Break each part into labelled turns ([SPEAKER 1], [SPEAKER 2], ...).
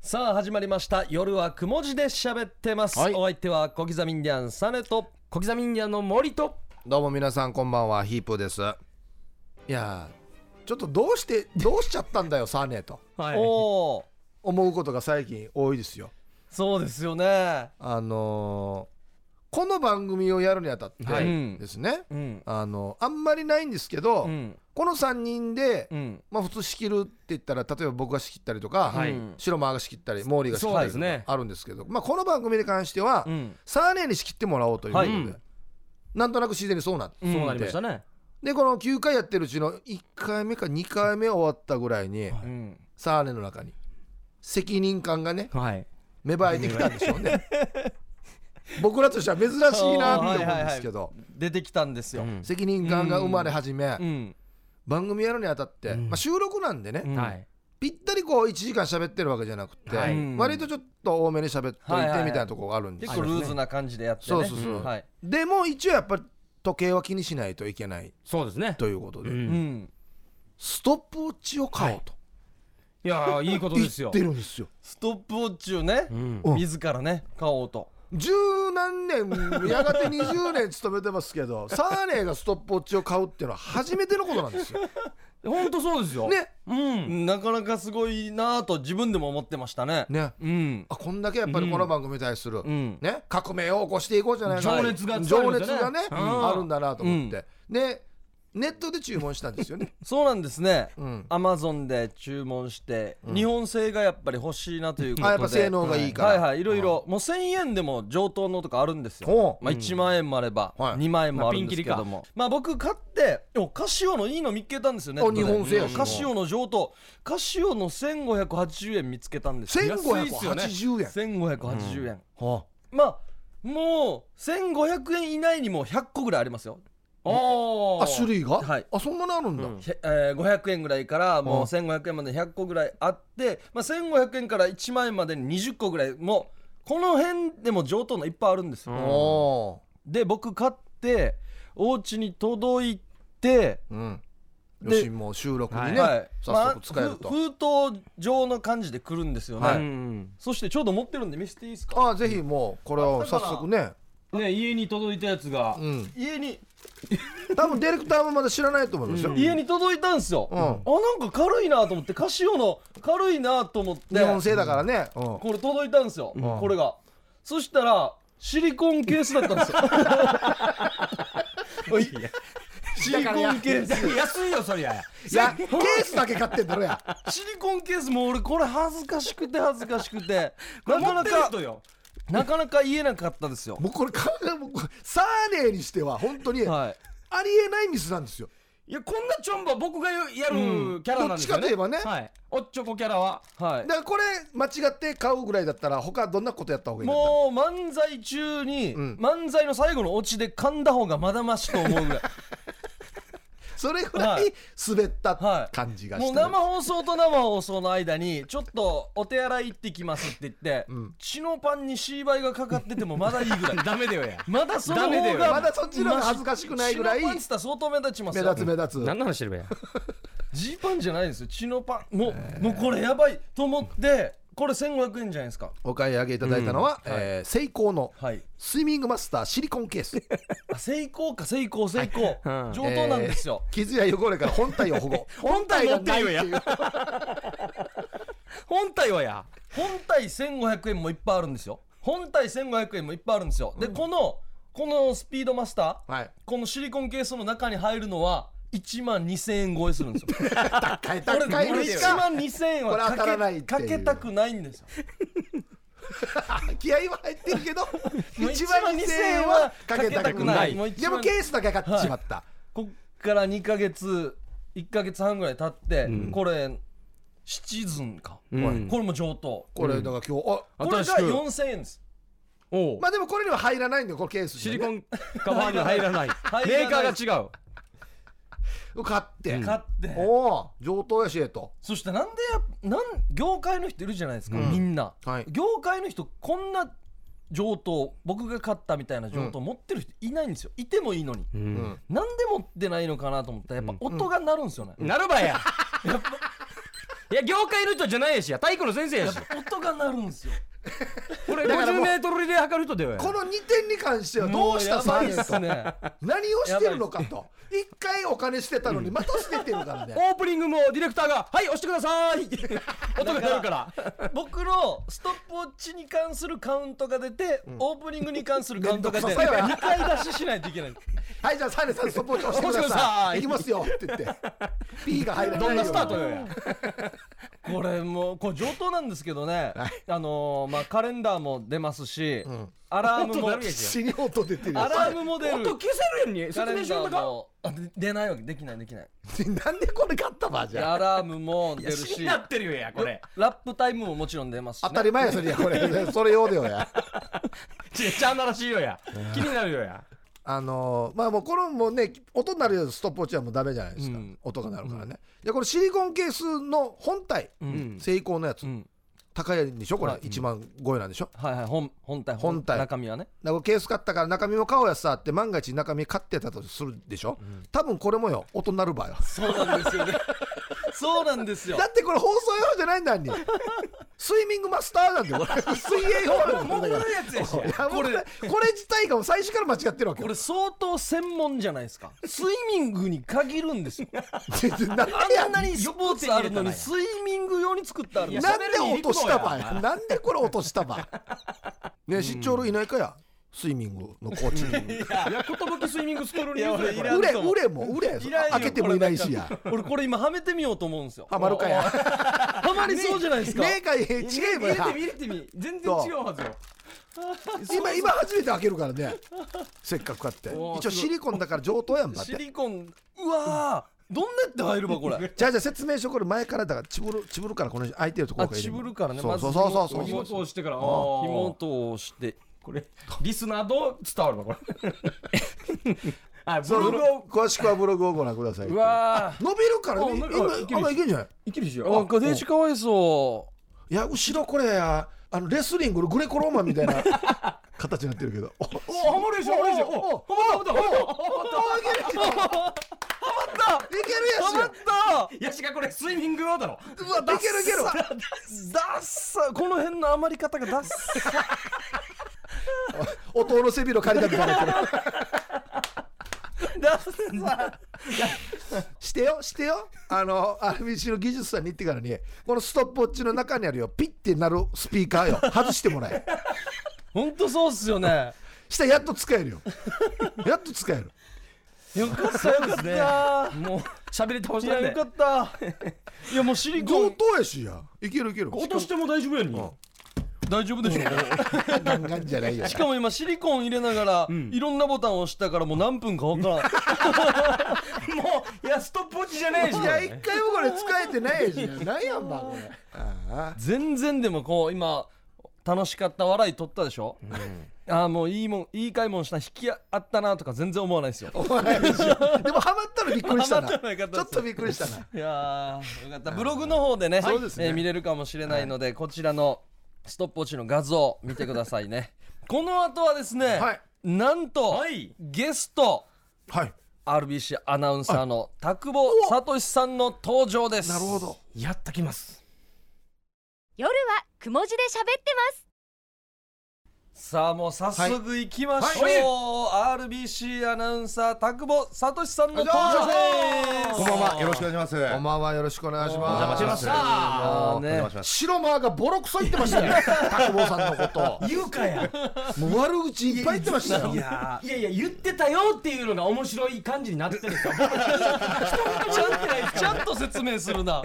[SPEAKER 1] さあ始まりました夜はくも字で喋ってます、
[SPEAKER 2] はい
[SPEAKER 1] お相手は小刻みインディアンサネと
[SPEAKER 3] 小刻みインディアンの森と
[SPEAKER 2] どうも皆さんこんばんはヒープーですいやーちょっとどうしてどうしちゃったんだよサーネと
[SPEAKER 3] は
[SPEAKER 1] おお
[SPEAKER 2] 思うことが最近多いですよ
[SPEAKER 1] そうですよね
[SPEAKER 2] あのーこの番組をやるにあたって
[SPEAKER 3] はい
[SPEAKER 2] ですね、
[SPEAKER 1] うん
[SPEAKER 2] あのあんまりないんですけど、
[SPEAKER 1] うん
[SPEAKER 2] この3人で、
[SPEAKER 1] うん
[SPEAKER 2] まあ、普通仕切るって言ったら例えば僕が仕切ったりとか、
[SPEAKER 3] はい
[SPEAKER 2] 白間が仕切ったり毛利が仕切ったり
[SPEAKER 3] そ
[SPEAKER 2] と
[SPEAKER 3] うですね
[SPEAKER 2] かあるんですけどまあ、この番組に関しては、
[SPEAKER 1] うん
[SPEAKER 2] サーネに仕切ってもらおうということで、
[SPEAKER 1] はい
[SPEAKER 3] うん
[SPEAKER 2] なんとなく自然にそうなって、
[SPEAKER 3] そうなりましたね
[SPEAKER 2] でこの9回やってるうちの1回目か2回目終わったぐらいに、
[SPEAKER 1] うん
[SPEAKER 2] サーネの中に責任感がね
[SPEAKER 3] はい
[SPEAKER 2] 芽生えてきたんでしょうね 僕らとしては珍しいなって思うんですけど、
[SPEAKER 1] 出てきたんですよ、
[SPEAKER 3] うん
[SPEAKER 2] 責任感が生まれ始め、
[SPEAKER 1] うん
[SPEAKER 2] 番組やるにあたって、
[SPEAKER 3] うん
[SPEAKER 2] まあ、収録なんでね、
[SPEAKER 1] うん
[SPEAKER 3] はい
[SPEAKER 2] ぴったりこう1時間喋ってるわけじゃなくて、
[SPEAKER 3] はい
[SPEAKER 2] 割とちょっと多めに喋っといて
[SPEAKER 1] はい
[SPEAKER 2] み
[SPEAKER 1] はいはい
[SPEAKER 2] たいなところがあるんです
[SPEAKER 1] 結
[SPEAKER 2] よ、
[SPEAKER 1] 構ルーズな感じでやってね
[SPEAKER 2] そうそうそう
[SPEAKER 1] うんはい
[SPEAKER 2] でも一応やっぱり時計は気にしないといけない
[SPEAKER 3] そうですね
[SPEAKER 2] ということで、
[SPEAKER 3] う
[SPEAKER 1] うんん
[SPEAKER 2] ストップウォッチを買おうと
[SPEAKER 3] いやーいいこと
[SPEAKER 2] 言
[SPEAKER 3] ですよ
[SPEAKER 2] ってるんですよ
[SPEAKER 1] ストップウォッチをね
[SPEAKER 3] うん
[SPEAKER 2] うん
[SPEAKER 1] 自らね買おうと
[SPEAKER 2] 十何年やがて20年勤めてますけどサーネがストップウォッチを買うっていうのは初めてのことなんですよ。
[SPEAKER 3] 本当そうですよ
[SPEAKER 2] ね
[SPEAKER 3] うん
[SPEAKER 1] なかなかすごいなぁと自分でも思ってましたね
[SPEAKER 2] ね
[SPEAKER 1] うん
[SPEAKER 2] あこんだけやっぱりこの番組に対する、
[SPEAKER 1] ん
[SPEAKER 2] ね、革命を起こしていこうじゃないか
[SPEAKER 3] 情熱が伝
[SPEAKER 2] 情
[SPEAKER 3] わるん
[SPEAKER 2] 熱
[SPEAKER 3] ですよね
[SPEAKER 2] がね、
[SPEAKER 3] うん
[SPEAKER 2] あるんだなと思って、でネットで注文したんですよね。
[SPEAKER 1] そうなんですね
[SPEAKER 2] うん
[SPEAKER 1] アマゾンで注文して日本製がやっぱり欲しいなということで
[SPEAKER 2] あやっぱ性能がいいから。
[SPEAKER 1] はいはいいろいろもう1000円でも上等のとかあるんですよ
[SPEAKER 2] ほう
[SPEAKER 1] まあ1万円もあれば
[SPEAKER 2] はい
[SPEAKER 1] 2万円もあるんですけどもまあ僕買っておカシオのいいの見っけたんですよね
[SPEAKER 2] あ日本製や
[SPEAKER 1] カシオの上等カシオの1580円見つけたんですよ
[SPEAKER 2] 1580円。
[SPEAKER 1] 1580円
[SPEAKER 2] は
[SPEAKER 1] まあもう1500円以内にもう100個ぐらいありますよ
[SPEAKER 3] お
[SPEAKER 2] あ、あ種類が、
[SPEAKER 1] はい
[SPEAKER 2] あそんなのあるんだ。
[SPEAKER 3] うん
[SPEAKER 1] ひゃえー500円ぐらいからもう
[SPEAKER 2] あ
[SPEAKER 1] 1500円まで100個ぐらいあって、まあ、1500円から1万円までに20個ぐらいもうこの辺でも上等のいっぱいあるんですよ、
[SPEAKER 3] うん
[SPEAKER 2] お
[SPEAKER 1] で僕買ってお家に届いて、
[SPEAKER 2] ーうん。
[SPEAKER 1] で
[SPEAKER 2] よしもう収録にね、
[SPEAKER 1] はい
[SPEAKER 2] 早速使えると。
[SPEAKER 1] まあふ封筒状の感じで来るんですよね、
[SPEAKER 2] はい
[SPEAKER 3] うん
[SPEAKER 1] そしてちょうど持ってるんで見せていいですか
[SPEAKER 2] あぜひもうこれを早速ね、
[SPEAKER 3] ね家に届いたやつが
[SPEAKER 2] うん、
[SPEAKER 1] 家に
[SPEAKER 2] 多分ディレクターもまだ知らないと思いますよ、
[SPEAKER 1] 家に届いたんですよ、
[SPEAKER 2] うん
[SPEAKER 1] あなんか軽いなと思ってカシオの軽いなと思って
[SPEAKER 2] 日本製だからね、うん
[SPEAKER 1] これ届いたんですよ、これがそしたらシリコンケースだったんですよ おいシリコンケース
[SPEAKER 3] 安いよそりゃ
[SPEAKER 2] いやケースだけ買ってんだろや
[SPEAKER 1] シリコンケースもう俺これ恥ずかしくて恥ずかしく てなか
[SPEAKER 3] 持っ
[SPEAKER 1] な
[SPEAKER 3] て
[SPEAKER 1] か
[SPEAKER 3] るとよ
[SPEAKER 1] なかなか言えなかったですよ
[SPEAKER 2] もうこれ考えもうこれサーネーにしては本当にあ
[SPEAKER 1] はい
[SPEAKER 2] りえないミスなんですよ、
[SPEAKER 3] いやこんなちょんぼ僕がやるキャラなんです
[SPEAKER 2] どっち
[SPEAKER 3] よ
[SPEAKER 2] かといえばね
[SPEAKER 3] はいおっちょこキャラは
[SPEAKER 1] は
[SPEAKER 2] だからこれ間違って買うぐらいだったら他どんなことやった方が
[SPEAKER 1] い
[SPEAKER 2] いいんだ
[SPEAKER 1] もう漫才中に、
[SPEAKER 2] うん
[SPEAKER 1] 漫才の最後のオチで噛んだ方がまだましと思うぐ らい
[SPEAKER 2] それぐら
[SPEAKER 1] はい
[SPEAKER 2] い滑った
[SPEAKER 1] はい
[SPEAKER 2] 感じが
[SPEAKER 1] も
[SPEAKER 2] し
[SPEAKER 1] う
[SPEAKER 2] た、
[SPEAKER 1] 生放送と生放送の間にちょっとお手洗い行ってきますって言って、
[SPEAKER 2] ん
[SPEAKER 1] 血のパンにシーバイがかかっててもまだいいぐ らい
[SPEAKER 3] ダメだよや
[SPEAKER 1] まだその
[SPEAKER 3] ダメだ
[SPEAKER 1] 方
[SPEAKER 3] よ
[SPEAKER 1] が
[SPEAKER 2] まだそっちの方が恥ずかしくないぐらい
[SPEAKER 1] 血のパンツったら相当目立ちます
[SPEAKER 2] 目
[SPEAKER 1] よ
[SPEAKER 2] 立つ目立つ
[SPEAKER 3] の話してるべや
[SPEAKER 1] ジーパンじゃないんですよ血のパンもう,、もうこれやばいと思ってこれ1500円じゃないですか
[SPEAKER 2] お買い上げいただいたのは、
[SPEAKER 1] うんはい
[SPEAKER 2] えーセイコーの
[SPEAKER 1] はい
[SPEAKER 2] スイミングマスターシリコンケース
[SPEAKER 1] あ成功か成功成功、
[SPEAKER 3] はいうん
[SPEAKER 1] 上等なんですよ、
[SPEAKER 2] 傷や汚れから本体を 保護
[SPEAKER 3] 本体持ってるよ
[SPEAKER 2] 本体がない
[SPEAKER 3] や
[SPEAKER 2] っていう
[SPEAKER 3] 本体はや
[SPEAKER 1] 本体1500円もいっぱいあるんですよ本体1500円もいっぱいあるんですよ、でこのこのスピードマスター、
[SPEAKER 2] はい
[SPEAKER 1] このシリコンケースの中に入るのは1万2000円超えするんですよ
[SPEAKER 2] 高い高い
[SPEAKER 1] 俺
[SPEAKER 2] のし
[SPEAKER 1] 1
[SPEAKER 2] か
[SPEAKER 1] 万2000円は
[SPEAKER 2] これ
[SPEAKER 1] か
[SPEAKER 2] 当たらないっ
[SPEAKER 1] け
[SPEAKER 2] ていう
[SPEAKER 1] かけたくないんですよ
[SPEAKER 2] 気合は入ってるけど
[SPEAKER 1] もう
[SPEAKER 2] 1万2000円はかけたくない
[SPEAKER 1] もう一
[SPEAKER 2] で
[SPEAKER 1] 万
[SPEAKER 2] もケースだけ買ってしまった、
[SPEAKER 1] こっから2ヶ月1ヶ月半ぐらい経って、これシズンか、
[SPEAKER 3] うん
[SPEAKER 1] これも上等
[SPEAKER 2] これだから今日あ
[SPEAKER 1] これが
[SPEAKER 3] 新しく
[SPEAKER 1] 4000円です
[SPEAKER 3] おう
[SPEAKER 2] まあでもこれには入らないんだよこのケースにはね
[SPEAKER 3] シリコンカバーには入らない
[SPEAKER 1] 入らない
[SPEAKER 3] メーカーが違う
[SPEAKER 2] 買って、
[SPEAKER 1] 買って、
[SPEAKER 2] おお上等やしえと
[SPEAKER 1] そしてなんでやなん業界の人いるじゃないですか、みんな、
[SPEAKER 2] はい
[SPEAKER 1] 業界の人こんな上等僕が買ったみたいな上等持ってる人いないんですよいてもいいのに、
[SPEAKER 2] ん
[SPEAKER 1] なんで持ってないのかなと思ったらやっぱ音が鳴るんですよね、
[SPEAKER 3] なるばやいや業界の人じゃないやしや体育の先生やし
[SPEAKER 1] 音が鳴るんですよ
[SPEAKER 3] これ
[SPEAKER 2] だからもう
[SPEAKER 3] 50m リレー測る人だよ
[SPEAKER 2] この2点に関してはどうした
[SPEAKER 1] もや
[SPEAKER 2] サ
[SPEAKER 1] ば
[SPEAKER 2] ー
[SPEAKER 1] い
[SPEAKER 2] ネ
[SPEAKER 1] っ
[SPEAKER 2] と
[SPEAKER 1] すね
[SPEAKER 2] 何をしてるのかと一回お金してたのにまたしてってるから ね
[SPEAKER 3] オープニングもディレクターが「はい押してください」音が鳴るから
[SPEAKER 1] 僕のストップウォッチに関するカウントが出て、オープニングに関するカウントが出て
[SPEAKER 2] めんどくさいわ
[SPEAKER 1] 2回出ししないといけない
[SPEAKER 2] はいじゃあサーネさんストップウォッチ押してくださいいきますよって言って P が入らないよ
[SPEAKER 3] ど
[SPEAKER 2] うんに
[SPEAKER 3] なスタートよや
[SPEAKER 1] これもうこれ上等なんですけどね、
[SPEAKER 2] はい
[SPEAKER 1] あのーまあカレンダーも出ますし、
[SPEAKER 2] ん
[SPEAKER 1] アラーム
[SPEAKER 3] 音
[SPEAKER 1] も
[SPEAKER 3] 鳴るやし
[SPEAKER 2] 死に音出てるよ
[SPEAKER 1] ア ラームも出る
[SPEAKER 3] 音消せるやんに
[SPEAKER 1] カ
[SPEAKER 3] 説
[SPEAKER 1] レ
[SPEAKER 3] 明
[SPEAKER 1] ン
[SPEAKER 3] しよ
[SPEAKER 1] ダ
[SPEAKER 3] う
[SPEAKER 1] ー
[SPEAKER 3] か
[SPEAKER 1] もあで出ないわけできないできない
[SPEAKER 2] なんでこれ買ったばじ
[SPEAKER 1] で
[SPEAKER 2] ゃあ
[SPEAKER 1] アラームも出る
[SPEAKER 3] 死
[SPEAKER 1] し
[SPEAKER 3] になってるよやこれ
[SPEAKER 1] ラップタイムももちろん出ますし、ね、
[SPEAKER 2] 当たり前やそれこれそれ用だよや
[SPEAKER 3] ちっちゃならしいよや気になるよや
[SPEAKER 2] あのーまあもうこれもね音になるようなストップウォッチはもうダメじゃないですか、
[SPEAKER 1] うん
[SPEAKER 2] 音が鳴るからね、いやこれシリコンケースの本体、
[SPEAKER 1] うん
[SPEAKER 2] セイコーのやつ、
[SPEAKER 1] うん
[SPEAKER 2] 高いんでしょこれ
[SPEAKER 1] はい
[SPEAKER 2] 1万超えなんでしょ、
[SPEAKER 1] はいはい本本体
[SPEAKER 2] 本体
[SPEAKER 1] 中身はね
[SPEAKER 2] だからケース買ったから中身も買おうやつさって万が一中身買ってたとするでしょ、多分これもよ音鳴る場合は
[SPEAKER 1] そうなんですよね そうなんですよ
[SPEAKER 2] だってこれ放送用じゃないんだにスイミングマスターなんでこ れ水泳用なんだよ
[SPEAKER 1] やつやし
[SPEAKER 2] いやもうこれこれ自体がもう最初から間違ってるわ
[SPEAKER 1] こ
[SPEAKER 2] けよ
[SPEAKER 1] れ相当専門じゃないですかスイミングに限るんですよ
[SPEAKER 2] なんでや
[SPEAKER 1] あんなにスポーツあるのにスイミング用に作ってある
[SPEAKER 3] いや
[SPEAKER 1] の
[SPEAKER 2] なんで落とした
[SPEAKER 3] 喋るに行く
[SPEAKER 2] ば
[SPEAKER 3] の
[SPEAKER 2] い なんでこれ落としたばいね出張るいないかやスイミングのコ ーチ
[SPEAKER 3] いや寿スイミングスクールにい
[SPEAKER 1] いや俺いら
[SPEAKER 2] 売れ
[SPEAKER 1] いらんと思う
[SPEAKER 2] 売れも売れ
[SPEAKER 1] いらんよ
[SPEAKER 2] 開けてもいないしや
[SPEAKER 1] 俺これ今はめてみようと思うんですよ
[SPEAKER 2] ハマるかや
[SPEAKER 1] はまりそうじゃないですか
[SPEAKER 2] 明快違えば
[SPEAKER 3] 入れて
[SPEAKER 2] や
[SPEAKER 3] み入れてみ全然違うはずよ
[SPEAKER 2] 今今初めて開けるからねせっかく買って
[SPEAKER 3] おー
[SPEAKER 2] 一応シリコンだから上等やんばっ
[SPEAKER 1] シ
[SPEAKER 2] て
[SPEAKER 1] リコンうわーどんなやって入るばこれ
[SPEAKER 2] じゃあじゃあ説明書これ前からだからちぶるちぶるからこの空いてるところ
[SPEAKER 1] あちぶるからね
[SPEAKER 2] そう
[SPEAKER 1] まず
[SPEAKER 2] そうそうそうそう
[SPEAKER 3] 紐通してからああ
[SPEAKER 1] 紐通して
[SPEAKER 3] これリスナーどう伝わるのこれあブ
[SPEAKER 2] そう
[SPEAKER 3] ログを
[SPEAKER 2] 詳しくはブログをご覧くださいう
[SPEAKER 1] わ
[SPEAKER 2] 伸びるからね
[SPEAKER 3] あ伸び
[SPEAKER 2] 今
[SPEAKER 3] あい
[SPEAKER 2] あいけ
[SPEAKER 3] ける
[SPEAKER 2] んじゃない
[SPEAKER 3] いけるでし
[SPEAKER 1] ーなん
[SPEAKER 3] ょ
[SPEAKER 1] かデジかわいそう
[SPEAKER 2] いや後ろこれあのレスリングのグレコローマンみたいな形になってるけどおお
[SPEAKER 3] おおハマるでしょハマるでしょおおハマったハマったハマった
[SPEAKER 2] いけるいけるいけるやし
[SPEAKER 1] やった
[SPEAKER 3] いやしかこれスイミング用だろ
[SPEAKER 2] うわいけるいける
[SPEAKER 1] ダッサこの辺の余り方がダッサ
[SPEAKER 2] 弟の背広借りたみたいになってる
[SPEAKER 1] ダッサ
[SPEAKER 2] してよしてよあの RBC の技術さんに言ってからにこのストップウォッチの中にあるよピッてなるスピーカーよ外してもらえ
[SPEAKER 1] ほんとそうっすよね
[SPEAKER 2] したらやっと使えるよやっと使える
[SPEAKER 1] よかったよかった
[SPEAKER 3] もう喋り倒し
[SPEAKER 1] い
[SPEAKER 3] た
[SPEAKER 1] や
[SPEAKER 3] ん
[SPEAKER 1] よ
[SPEAKER 3] で
[SPEAKER 1] かったいやもうシリコ
[SPEAKER 2] 上
[SPEAKER 1] ン
[SPEAKER 2] 等やしやいけるいける
[SPEAKER 3] 落としても大丈夫やんに
[SPEAKER 1] 大丈夫でしょ
[SPEAKER 2] ガンガンじゃないよ
[SPEAKER 1] しかも今シリコン入れながら、いろんなボタンを押したからもう何分か分からん
[SPEAKER 3] もういやストップウォッチじゃねえし
[SPEAKER 2] いや一回もこれ使えてないし何やんばこれああ
[SPEAKER 1] 全然でもこう今楽しかった笑い取ったでしょ、ああもういいもんいい買い物した引きあったなとか全然思わないですよ
[SPEAKER 2] お笑いでしょでもハマったのびっくりしたな
[SPEAKER 1] ハマったのよかった
[SPEAKER 2] ちょ
[SPEAKER 1] です
[SPEAKER 2] っとびっくりしたない
[SPEAKER 1] やーよかったブログの方でね
[SPEAKER 2] そうですね
[SPEAKER 1] えー見れるかもしれないので、こちらのストップウォッチの画像見てくださいね この後はですね、
[SPEAKER 2] はい
[SPEAKER 1] なんと、
[SPEAKER 3] はい
[SPEAKER 1] ゲスト
[SPEAKER 2] はい
[SPEAKER 1] RBC アナウンサーの田久保聡さんの登場です
[SPEAKER 2] なるほど
[SPEAKER 3] やったきます
[SPEAKER 4] 夜はくも字で喋ってます
[SPEAKER 1] さあもう早速行きましょう、RBC アナウンサー田久保聡さんの登場です
[SPEAKER 5] こんばんは、よろしくお願いします。お
[SPEAKER 2] こんばんはよろしくお願いし
[SPEAKER 5] お
[SPEAKER 2] ま
[SPEAKER 5] 邪魔
[SPEAKER 2] す
[SPEAKER 5] しました
[SPEAKER 1] あー
[SPEAKER 5] 邪魔
[SPEAKER 1] ね
[SPEAKER 5] します。
[SPEAKER 2] 白間がボロクソ言ってましたよ田久保さんのこと
[SPEAKER 3] 言うかや
[SPEAKER 2] もう悪口いっぱい言ってましたよ
[SPEAKER 3] いやいやいや言ってたよっていうのが面白い感じになってるん ですよ僕は
[SPEAKER 1] ちゃんとちゃんと説明するな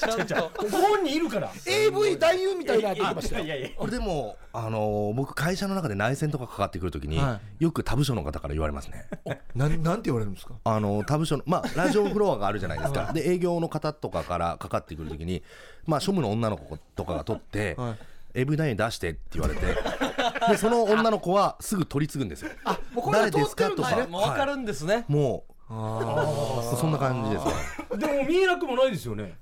[SPEAKER 1] ちゃんと
[SPEAKER 3] ご本人いるから
[SPEAKER 2] AV 男優みたいなって言ってましたよ
[SPEAKER 3] いやいや
[SPEAKER 5] これでも、あのー僕会社の中で内戦とかかかってくるときに、
[SPEAKER 1] は
[SPEAKER 5] よく他部署の方から言われますね。
[SPEAKER 2] なんなんて言われるんですか
[SPEAKER 5] あのー他部署の、まあ、ラジオフロアがあるじゃないですか。で、営業の方とかからかかってくるときに、まあ、庶務の女の子とかが取って、AV 男優出してって言われて、で、その女の子はすぐ取り継ぐんですよ。
[SPEAKER 2] もうこれ
[SPEAKER 5] 誰
[SPEAKER 2] は通
[SPEAKER 5] で
[SPEAKER 2] っ
[SPEAKER 5] す
[SPEAKER 2] て
[SPEAKER 5] か
[SPEAKER 2] るん
[SPEAKER 5] と
[SPEAKER 2] です
[SPEAKER 5] か、
[SPEAKER 2] ね
[SPEAKER 1] もう分かるんですね、
[SPEAKER 5] はいもう、そんな感じですね。
[SPEAKER 3] でも見えなくもないですよ ね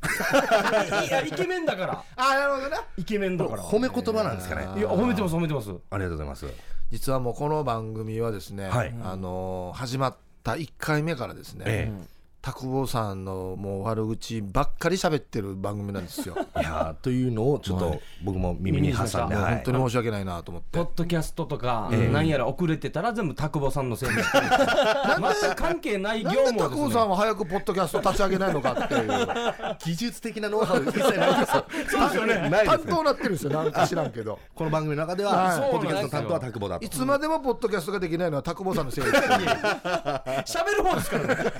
[SPEAKER 3] いやイケメンだから
[SPEAKER 2] あーなるほどね
[SPEAKER 3] イケメンだから
[SPEAKER 5] 褒め言葉なんですかね。
[SPEAKER 3] いや褒めてます褒めてます
[SPEAKER 5] ありがとうございます。
[SPEAKER 2] 実はもうこの番組はですね、
[SPEAKER 5] はい
[SPEAKER 2] あのー始まった1回目からですね、
[SPEAKER 5] ええ
[SPEAKER 6] タクボさんのもう悪口ばっかり喋ってる番組なんですよ。
[SPEAKER 5] いやーというのをちょっ
[SPEAKER 6] は
[SPEAKER 5] と僕も耳に挟んで、
[SPEAKER 3] 耳に
[SPEAKER 6] もう
[SPEAKER 5] は
[SPEAKER 6] 本
[SPEAKER 5] い
[SPEAKER 6] 当に申し訳ないなと思って
[SPEAKER 3] ポ。ッドキャストとか、なんやら遅れてたら全部田久保さんのせいにしてる全く関係ない業
[SPEAKER 6] なんで
[SPEAKER 3] 務をで
[SPEAKER 6] タク
[SPEAKER 3] す
[SPEAKER 6] ボ
[SPEAKER 3] ね
[SPEAKER 6] さんは早くポッドキャスト立ち上げないのかっていう
[SPEAKER 5] 技術的なノウハ ウ一切ないですよそうですよねないです
[SPEAKER 6] 担
[SPEAKER 5] ね
[SPEAKER 6] 当なってるんですよなんか知らんけど
[SPEAKER 5] この番組の中で
[SPEAKER 6] は
[SPEAKER 5] は、
[SPEAKER 6] い
[SPEAKER 5] ポッドキャストの担当は田久保だと
[SPEAKER 6] い。つまでもポッドキャストができないのはタクボさんのせいです
[SPEAKER 3] 喋る方ですからね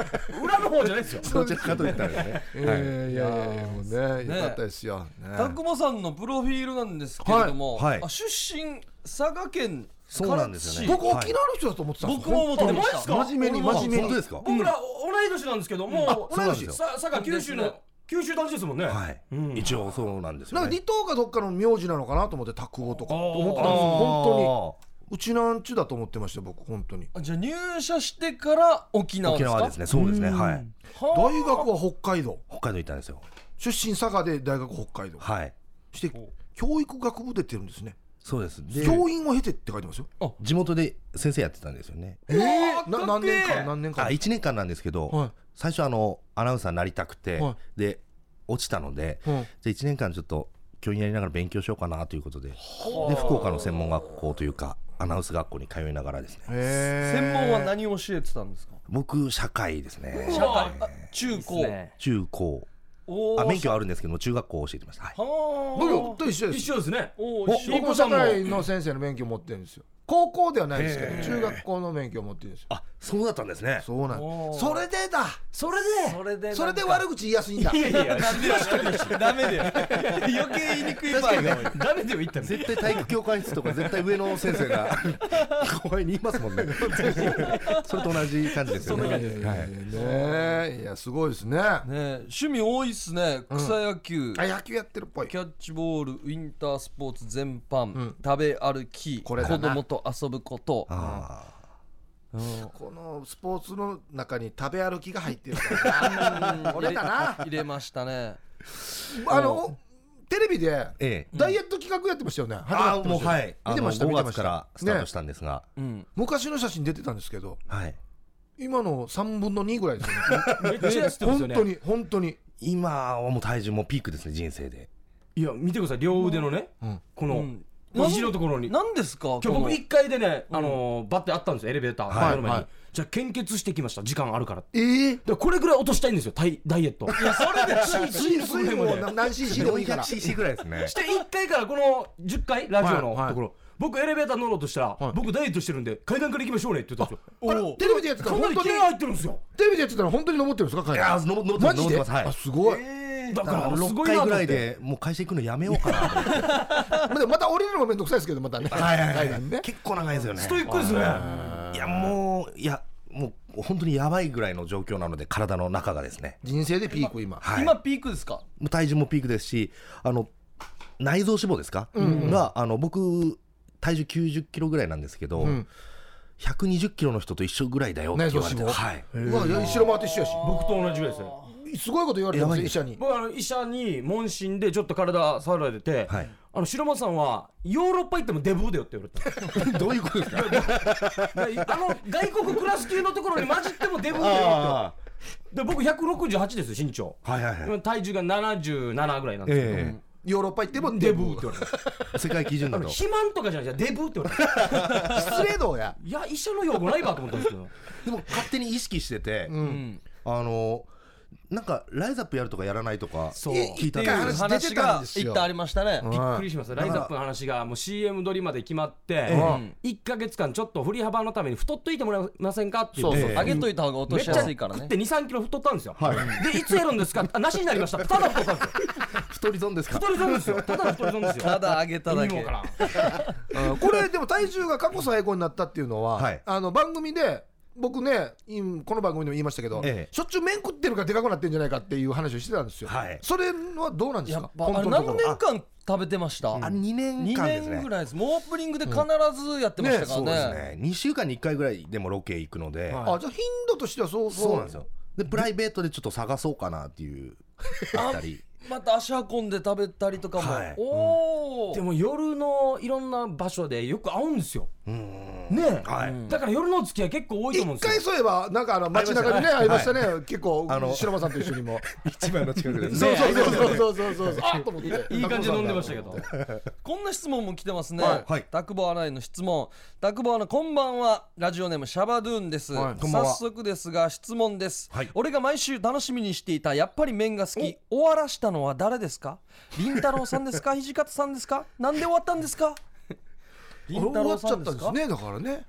[SPEAKER 3] 裏の方じゃないですよ
[SPEAKER 5] どちらかといったらね。
[SPEAKER 6] えーいやいやいやもうね
[SPEAKER 1] ね
[SPEAKER 6] よかったですよ、ね
[SPEAKER 1] 田久保さんのプロフィールなんですけれども、
[SPEAKER 5] はいはい
[SPEAKER 1] あ出身佐賀県唐津市
[SPEAKER 5] そうなんですよね
[SPEAKER 6] 僕
[SPEAKER 5] はい
[SPEAKER 6] 沖縄の人だと思ってたんです
[SPEAKER 1] 僕
[SPEAKER 6] よ
[SPEAKER 1] も思ってま
[SPEAKER 3] あマジっ
[SPEAKER 1] し
[SPEAKER 3] す
[SPEAKER 1] た
[SPEAKER 3] か
[SPEAKER 5] 真面目に、
[SPEAKER 3] 俺も
[SPEAKER 5] 真面目に。本当ですか
[SPEAKER 3] 僕ら同い年なんですけども、
[SPEAKER 5] 同い年
[SPEAKER 3] さ佐賀九州の九州男子ですもんね、
[SPEAKER 5] はい
[SPEAKER 3] うん。
[SPEAKER 5] 一応そうなんです
[SPEAKER 6] な
[SPEAKER 5] よ
[SPEAKER 6] んか
[SPEAKER 5] ね。
[SPEAKER 6] 離島かどっかの名字なのかなと思ってタクボとかと思ってたんですよ本
[SPEAKER 5] 本
[SPEAKER 6] 当にうちなんちゅだと思ってましたよ僕本当に
[SPEAKER 1] あじゃあ入社してから沖縄で
[SPEAKER 5] 沖
[SPEAKER 1] すか
[SPEAKER 5] 縄ですね。そうですね。はい。
[SPEAKER 1] はあ
[SPEAKER 6] 大学は北海道
[SPEAKER 5] 北海道行ったんですよ。
[SPEAKER 6] 出身佐賀で大学北海道
[SPEAKER 5] はい。
[SPEAKER 6] そして教育学部出てるんですね
[SPEAKER 5] そうです。で、
[SPEAKER 6] 教員を経てって書いてますよ
[SPEAKER 5] 地元で先生やってたんですよね。
[SPEAKER 6] ええ
[SPEAKER 3] かっけー
[SPEAKER 6] な何年間何年間
[SPEAKER 5] あ、一年間なんですけ
[SPEAKER 6] はい
[SPEAKER 5] ど、最初あのアナウンサーになりたくて
[SPEAKER 6] は、
[SPEAKER 5] で落ちたので、
[SPEAKER 6] う
[SPEAKER 5] じ
[SPEAKER 6] ん
[SPEAKER 5] ゃあ一年間ちょっと教員やりながら勉強しようかなということで、で福岡の専門学校というかアナウンス学校に通いながらですね。
[SPEAKER 6] へー
[SPEAKER 1] 専門は何を教えてたんですか
[SPEAKER 5] 僕社会ですね。
[SPEAKER 1] 社会あ中高
[SPEAKER 5] 中高。
[SPEAKER 1] おー
[SPEAKER 5] あ免許あるんですけども中学校を教えてました。はい
[SPEAKER 1] はあ
[SPEAKER 6] 僕と一緒で
[SPEAKER 3] 一
[SPEAKER 6] す
[SPEAKER 3] 緒ですね
[SPEAKER 1] おー
[SPEAKER 3] お
[SPEAKER 1] 一緒
[SPEAKER 3] いい
[SPEAKER 6] 僕
[SPEAKER 3] 子
[SPEAKER 6] も
[SPEAKER 3] さ
[SPEAKER 6] 社
[SPEAKER 3] んも
[SPEAKER 6] 会の先生の免許持ってるんですよ高校ではないですけど中学校の免許を持ってるんですよ
[SPEAKER 5] あそうだったんですね。
[SPEAKER 6] そうなん
[SPEAKER 1] おー
[SPEAKER 6] それでだ
[SPEAKER 3] それ
[SPEAKER 1] それで
[SPEAKER 6] それで
[SPEAKER 1] なんか
[SPEAKER 6] 悪口言いやすいんだ
[SPEAKER 3] でいやいやいや
[SPEAKER 1] ダメだよ 余計言いにくい場合が多い
[SPEAKER 3] ダメでも言ったの
[SPEAKER 5] 絶対体育教官室とか絶対上の先生 が怖いに言いますもんね。それと同じ感じですよね。はい
[SPEAKER 6] ねえいやすごいですねあ
[SPEAKER 1] ねえ趣味多いっすね草野球
[SPEAKER 6] 野球やってるっぽい
[SPEAKER 1] キャッチボールウィンタースポーツ全般食べ歩き
[SPEAKER 6] こ
[SPEAKER 1] 子
[SPEAKER 6] れだな
[SPEAKER 1] 供と遊ぶこと
[SPEAKER 5] あ
[SPEAKER 6] このスポーツの中に食べ歩きが入ってるからな俺だな
[SPEAKER 1] 入れましたね
[SPEAKER 6] あのテレビで
[SPEAKER 5] ーええ。
[SPEAKER 6] ダイエット企画やってましたよね始
[SPEAKER 5] あ
[SPEAKER 6] まっ
[SPEAKER 5] ー
[SPEAKER 6] て
[SPEAKER 5] もう
[SPEAKER 6] まし
[SPEAKER 5] は
[SPEAKER 6] た
[SPEAKER 5] い
[SPEAKER 6] よ。
[SPEAKER 5] あ
[SPEAKER 6] 見て
[SPEAKER 5] の
[SPEAKER 6] ました
[SPEAKER 5] 5
[SPEAKER 6] 見てま
[SPEAKER 5] 月
[SPEAKER 6] し
[SPEAKER 5] から
[SPEAKER 6] た
[SPEAKER 5] スタート
[SPEAKER 6] ね
[SPEAKER 5] したんですが、
[SPEAKER 1] うん
[SPEAKER 6] 昔の写真出てたんですけど
[SPEAKER 5] はい。
[SPEAKER 6] 今の3分の2ぐら いですよね
[SPEAKER 3] めっちゃ痩せてますよ
[SPEAKER 6] 本
[SPEAKER 3] ね
[SPEAKER 6] 当に本当に
[SPEAKER 5] 今はもう体重もピークですね人生で。
[SPEAKER 3] いや見てください両腕のね、
[SPEAKER 6] うん
[SPEAKER 3] こ
[SPEAKER 1] う
[SPEAKER 3] の
[SPEAKER 1] ん
[SPEAKER 3] 肘のところに今
[SPEAKER 1] 何ですか
[SPEAKER 3] 日
[SPEAKER 1] この
[SPEAKER 3] 僕1階でね、あのーバッてあったんですよエレベーター
[SPEAKER 5] はい
[SPEAKER 3] 目の前に、
[SPEAKER 6] はい
[SPEAKER 3] じゃあ献血してきました時間あるからって
[SPEAKER 6] ええ
[SPEAKER 3] でこれぐらい落としたいんですよダイダイエット
[SPEAKER 1] いやそれで
[SPEAKER 6] 水水分を何 cc でもいいから
[SPEAKER 5] 400cc ぐらい ですね
[SPEAKER 3] し。て1回からこの10回ラジオ
[SPEAKER 6] はいは
[SPEAKER 3] の
[SPEAKER 6] い
[SPEAKER 3] ところ、僕エレベーター乗ろうとしたら、
[SPEAKER 6] はい
[SPEAKER 3] 僕ダイエットしてるんで階段から行きましょうねって言ったんですよ
[SPEAKER 6] あれテレビでやってたら
[SPEAKER 3] かな
[SPEAKER 6] 本
[SPEAKER 3] り
[SPEAKER 6] 当
[SPEAKER 3] 気
[SPEAKER 6] に
[SPEAKER 3] 合入ってるんですよ
[SPEAKER 6] テレビでやってたら本当に登ってるんですか
[SPEAKER 5] い
[SPEAKER 6] 階
[SPEAKER 5] や
[SPEAKER 6] 段
[SPEAKER 5] ー登ってま
[SPEAKER 6] マ
[SPEAKER 5] す
[SPEAKER 6] ジ
[SPEAKER 5] 登っ
[SPEAKER 6] で
[SPEAKER 5] てますはい
[SPEAKER 6] あ。すごい
[SPEAKER 3] だ
[SPEAKER 5] だ
[SPEAKER 3] か
[SPEAKER 5] から
[SPEAKER 3] らす
[SPEAKER 5] 6
[SPEAKER 3] ごいなと
[SPEAKER 5] 回ぐ
[SPEAKER 3] 思
[SPEAKER 5] ら
[SPEAKER 3] って
[SPEAKER 5] いでもう会社行くのやめようかなと思って。
[SPEAKER 6] まあでもまた降りるのもめんどくさいですけどまたね
[SPEAKER 5] はいはい
[SPEAKER 6] 階
[SPEAKER 5] はい
[SPEAKER 6] 段ね
[SPEAKER 5] 結構長いですよね
[SPEAKER 3] ストイックですね
[SPEAKER 5] いやもういやもう本当にやばいぐらいの状況なので体の中がですね、
[SPEAKER 6] 人生でピーク今
[SPEAKER 5] はい、
[SPEAKER 1] 今ピークですか
[SPEAKER 5] もう体重もピークですしあの内臓脂肪ですか、があの僕体重90キロぐらいなんですけど、
[SPEAKER 6] ん
[SPEAKER 5] 120キロの人と一緒ぐらいだよって言われて
[SPEAKER 6] 内臓脂肪
[SPEAKER 5] はい、
[SPEAKER 6] うわ後ろ回って一緒やし
[SPEAKER 3] 僕と同じぐらいですね
[SPEAKER 6] すごいこと言われてますよ医者に
[SPEAKER 3] 僕あの医者に問診でちょっと体触られて、
[SPEAKER 5] はい
[SPEAKER 3] あの白松さんはヨーロッパ行ってもデブだよって言われ
[SPEAKER 5] どういうことですか
[SPEAKER 3] たあの外国クラス級のところに混じってもデブだよ
[SPEAKER 5] あ
[SPEAKER 3] ってで僕168ですよ身長
[SPEAKER 5] あはいはいはい
[SPEAKER 3] 体重が77ぐらいなんですけど、
[SPEAKER 5] え
[SPEAKER 6] ヨーロッパ行っても
[SPEAKER 3] デ
[SPEAKER 6] デ
[SPEAKER 3] ブ
[SPEAKER 6] ブ
[SPEAKER 3] って言われた
[SPEAKER 5] え世界基準だと
[SPEAKER 3] 肥満とかじゃないじゃんデブって言われた
[SPEAKER 6] 失礼道や
[SPEAKER 3] いや医者の用語ないわと思ったんですけど
[SPEAKER 5] でも勝手に意識してて、
[SPEAKER 1] うん
[SPEAKER 5] あのなんかライザップやるとかやらないとか
[SPEAKER 3] そう
[SPEAKER 5] 聞いたん
[SPEAKER 1] っていう
[SPEAKER 5] ですよ
[SPEAKER 6] 一回話
[SPEAKER 1] 話
[SPEAKER 6] 出てたん
[SPEAKER 1] が
[SPEAKER 6] ですよ
[SPEAKER 1] 一旦ありましたね
[SPEAKER 3] びっくりしましたライザップの話がもう CM 撮りまで決まって1か月間ちょっと振り幅のために太っといてもらえませんかって言って
[SPEAKER 6] そうそう
[SPEAKER 1] 上げといた方が落と
[SPEAKER 3] めっ
[SPEAKER 1] し
[SPEAKER 3] ち
[SPEAKER 1] や
[SPEAKER 3] ゃ
[SPEAKER 1] す
[SPEAKER 3] 食
[SPEAKER 1] いから
[SPEAKER 3] っ
[SPEAKER 1] ね
[SPEAKER 3] て2、3キロ太ったんですよ。で、いつやるんです かあ、なしになりました。ただ太ったんですよ。
[SPEAKER 5] 太り損ですか
[SPEAKER 3] 太り損ですよ。ただの太り損ですよ。
[SPEAKER 1] ただ上げただけ
[SPEAKER 3] 意味わからん
[SPEAKER 6] うんこれでも体重が過去最高になったっていうのは、
[SPEAKER 5] はい
[SPEAKER 6] あの番組で僕ね今この番組でも言いましたけど、
[SPEAKER 5] ええ
[SPEAKER 6] しょっちゅう麺食ってるからでかくなってんじゃないかっていう話をしてたんですよ、
[SPEAKER 5] はい
[SPEAKER 6] それはどうなんです
[SPEAKER 1] やっ
[SPEAKER 6] か
[SPEAKER 1] ぱ
[SPEAKER 6] 本
[SPEAKER 1] あれ
[SPEAKER 6] 当のとこ
[SPEAKER 1] 何
[SPEAKER 6] ろ
[SPEAKER 1] 年間食べてました
[SPEAKER 5] あ
[SPEAKER 1] 2
[SPEAKER 5] 2年間ですね
[SPEAKER 1] 年ぐらいですもうオープニングで必ずやってましたか
[SPEAKER 5] そうです
[SPEAKER 1] らね
[SPEAKER 5] ね2週間に1回ぐらいでもロケ行くので、
[SPEAKER 6] あじゃあ頻度としてはそう
[SPEAKER 5] そうなんですよでプライベートでちょっと探そうかなっていうあったり
[SPEAKER 1] また足運んで食べたりとかも
[SPEAKER 5] はい
[SPEAKER 1] おお
[SPEAKER 3] でも夜のいろんな場所でよく会うんですよ。
[SPEAKER 6] ねえ
[SPEAKER 5] はい、
[SPEAKER 3] だから夜のお付き合い結構多いと思うん
[SPEAKER 6] 一
[SPEAKER 3] ですよ
[SPEAKER 6] 回そういえばなんかあの街中にねありましたね結構
[SPEAKER 5] あの
[SPEAKER 6] 白間さんと一緒に も
[SPEAKER 5] 一番の近くでね
[SPEAKER 6] そうそうそうそうそうそうそうあっと思って
[SPEAKER 3] いい感じで飲んでましたけど
[SPEAKER 1] こんな質問も来てますね。
[SPEAKER 5] はいはい
[SPEAKER 1] タクボアナへの質問。タクボアナ、こんばんは。ラジオネームシャバドゥーンです。
[SPEAKER 5] はいこんばん
[SPEAKER 1] 早
[SPEAKER 5] は
[SPEAKER 1] 速ですが、質問です、
[SPEAKER 5] はい
[SPEAKER 1] 俺が毎週楽しみにしていた、やっぱり麺が好き、終わらしたのは誰ですかりんたろーさんですか土方さんですかなんで終わったんですかりんた
[SPEAKER 6] 終
[SPEAKER 1] ろ
[SPEAKER 6] わ
[SPEAKER 1] ー
[SPEAKER 6] っち
[SPEAKER 1] さ
[SPEAKER 6] ゃ
[SPEAKER 1] ん
[SPEAKER 6] っ
[SPEAKER 1] で
[SPEAKER 6] たん
[SPEAKER 1] す
[SPEAKER 6] で
[SPEAKER 1] か
[SPEAKER 6] すねだからね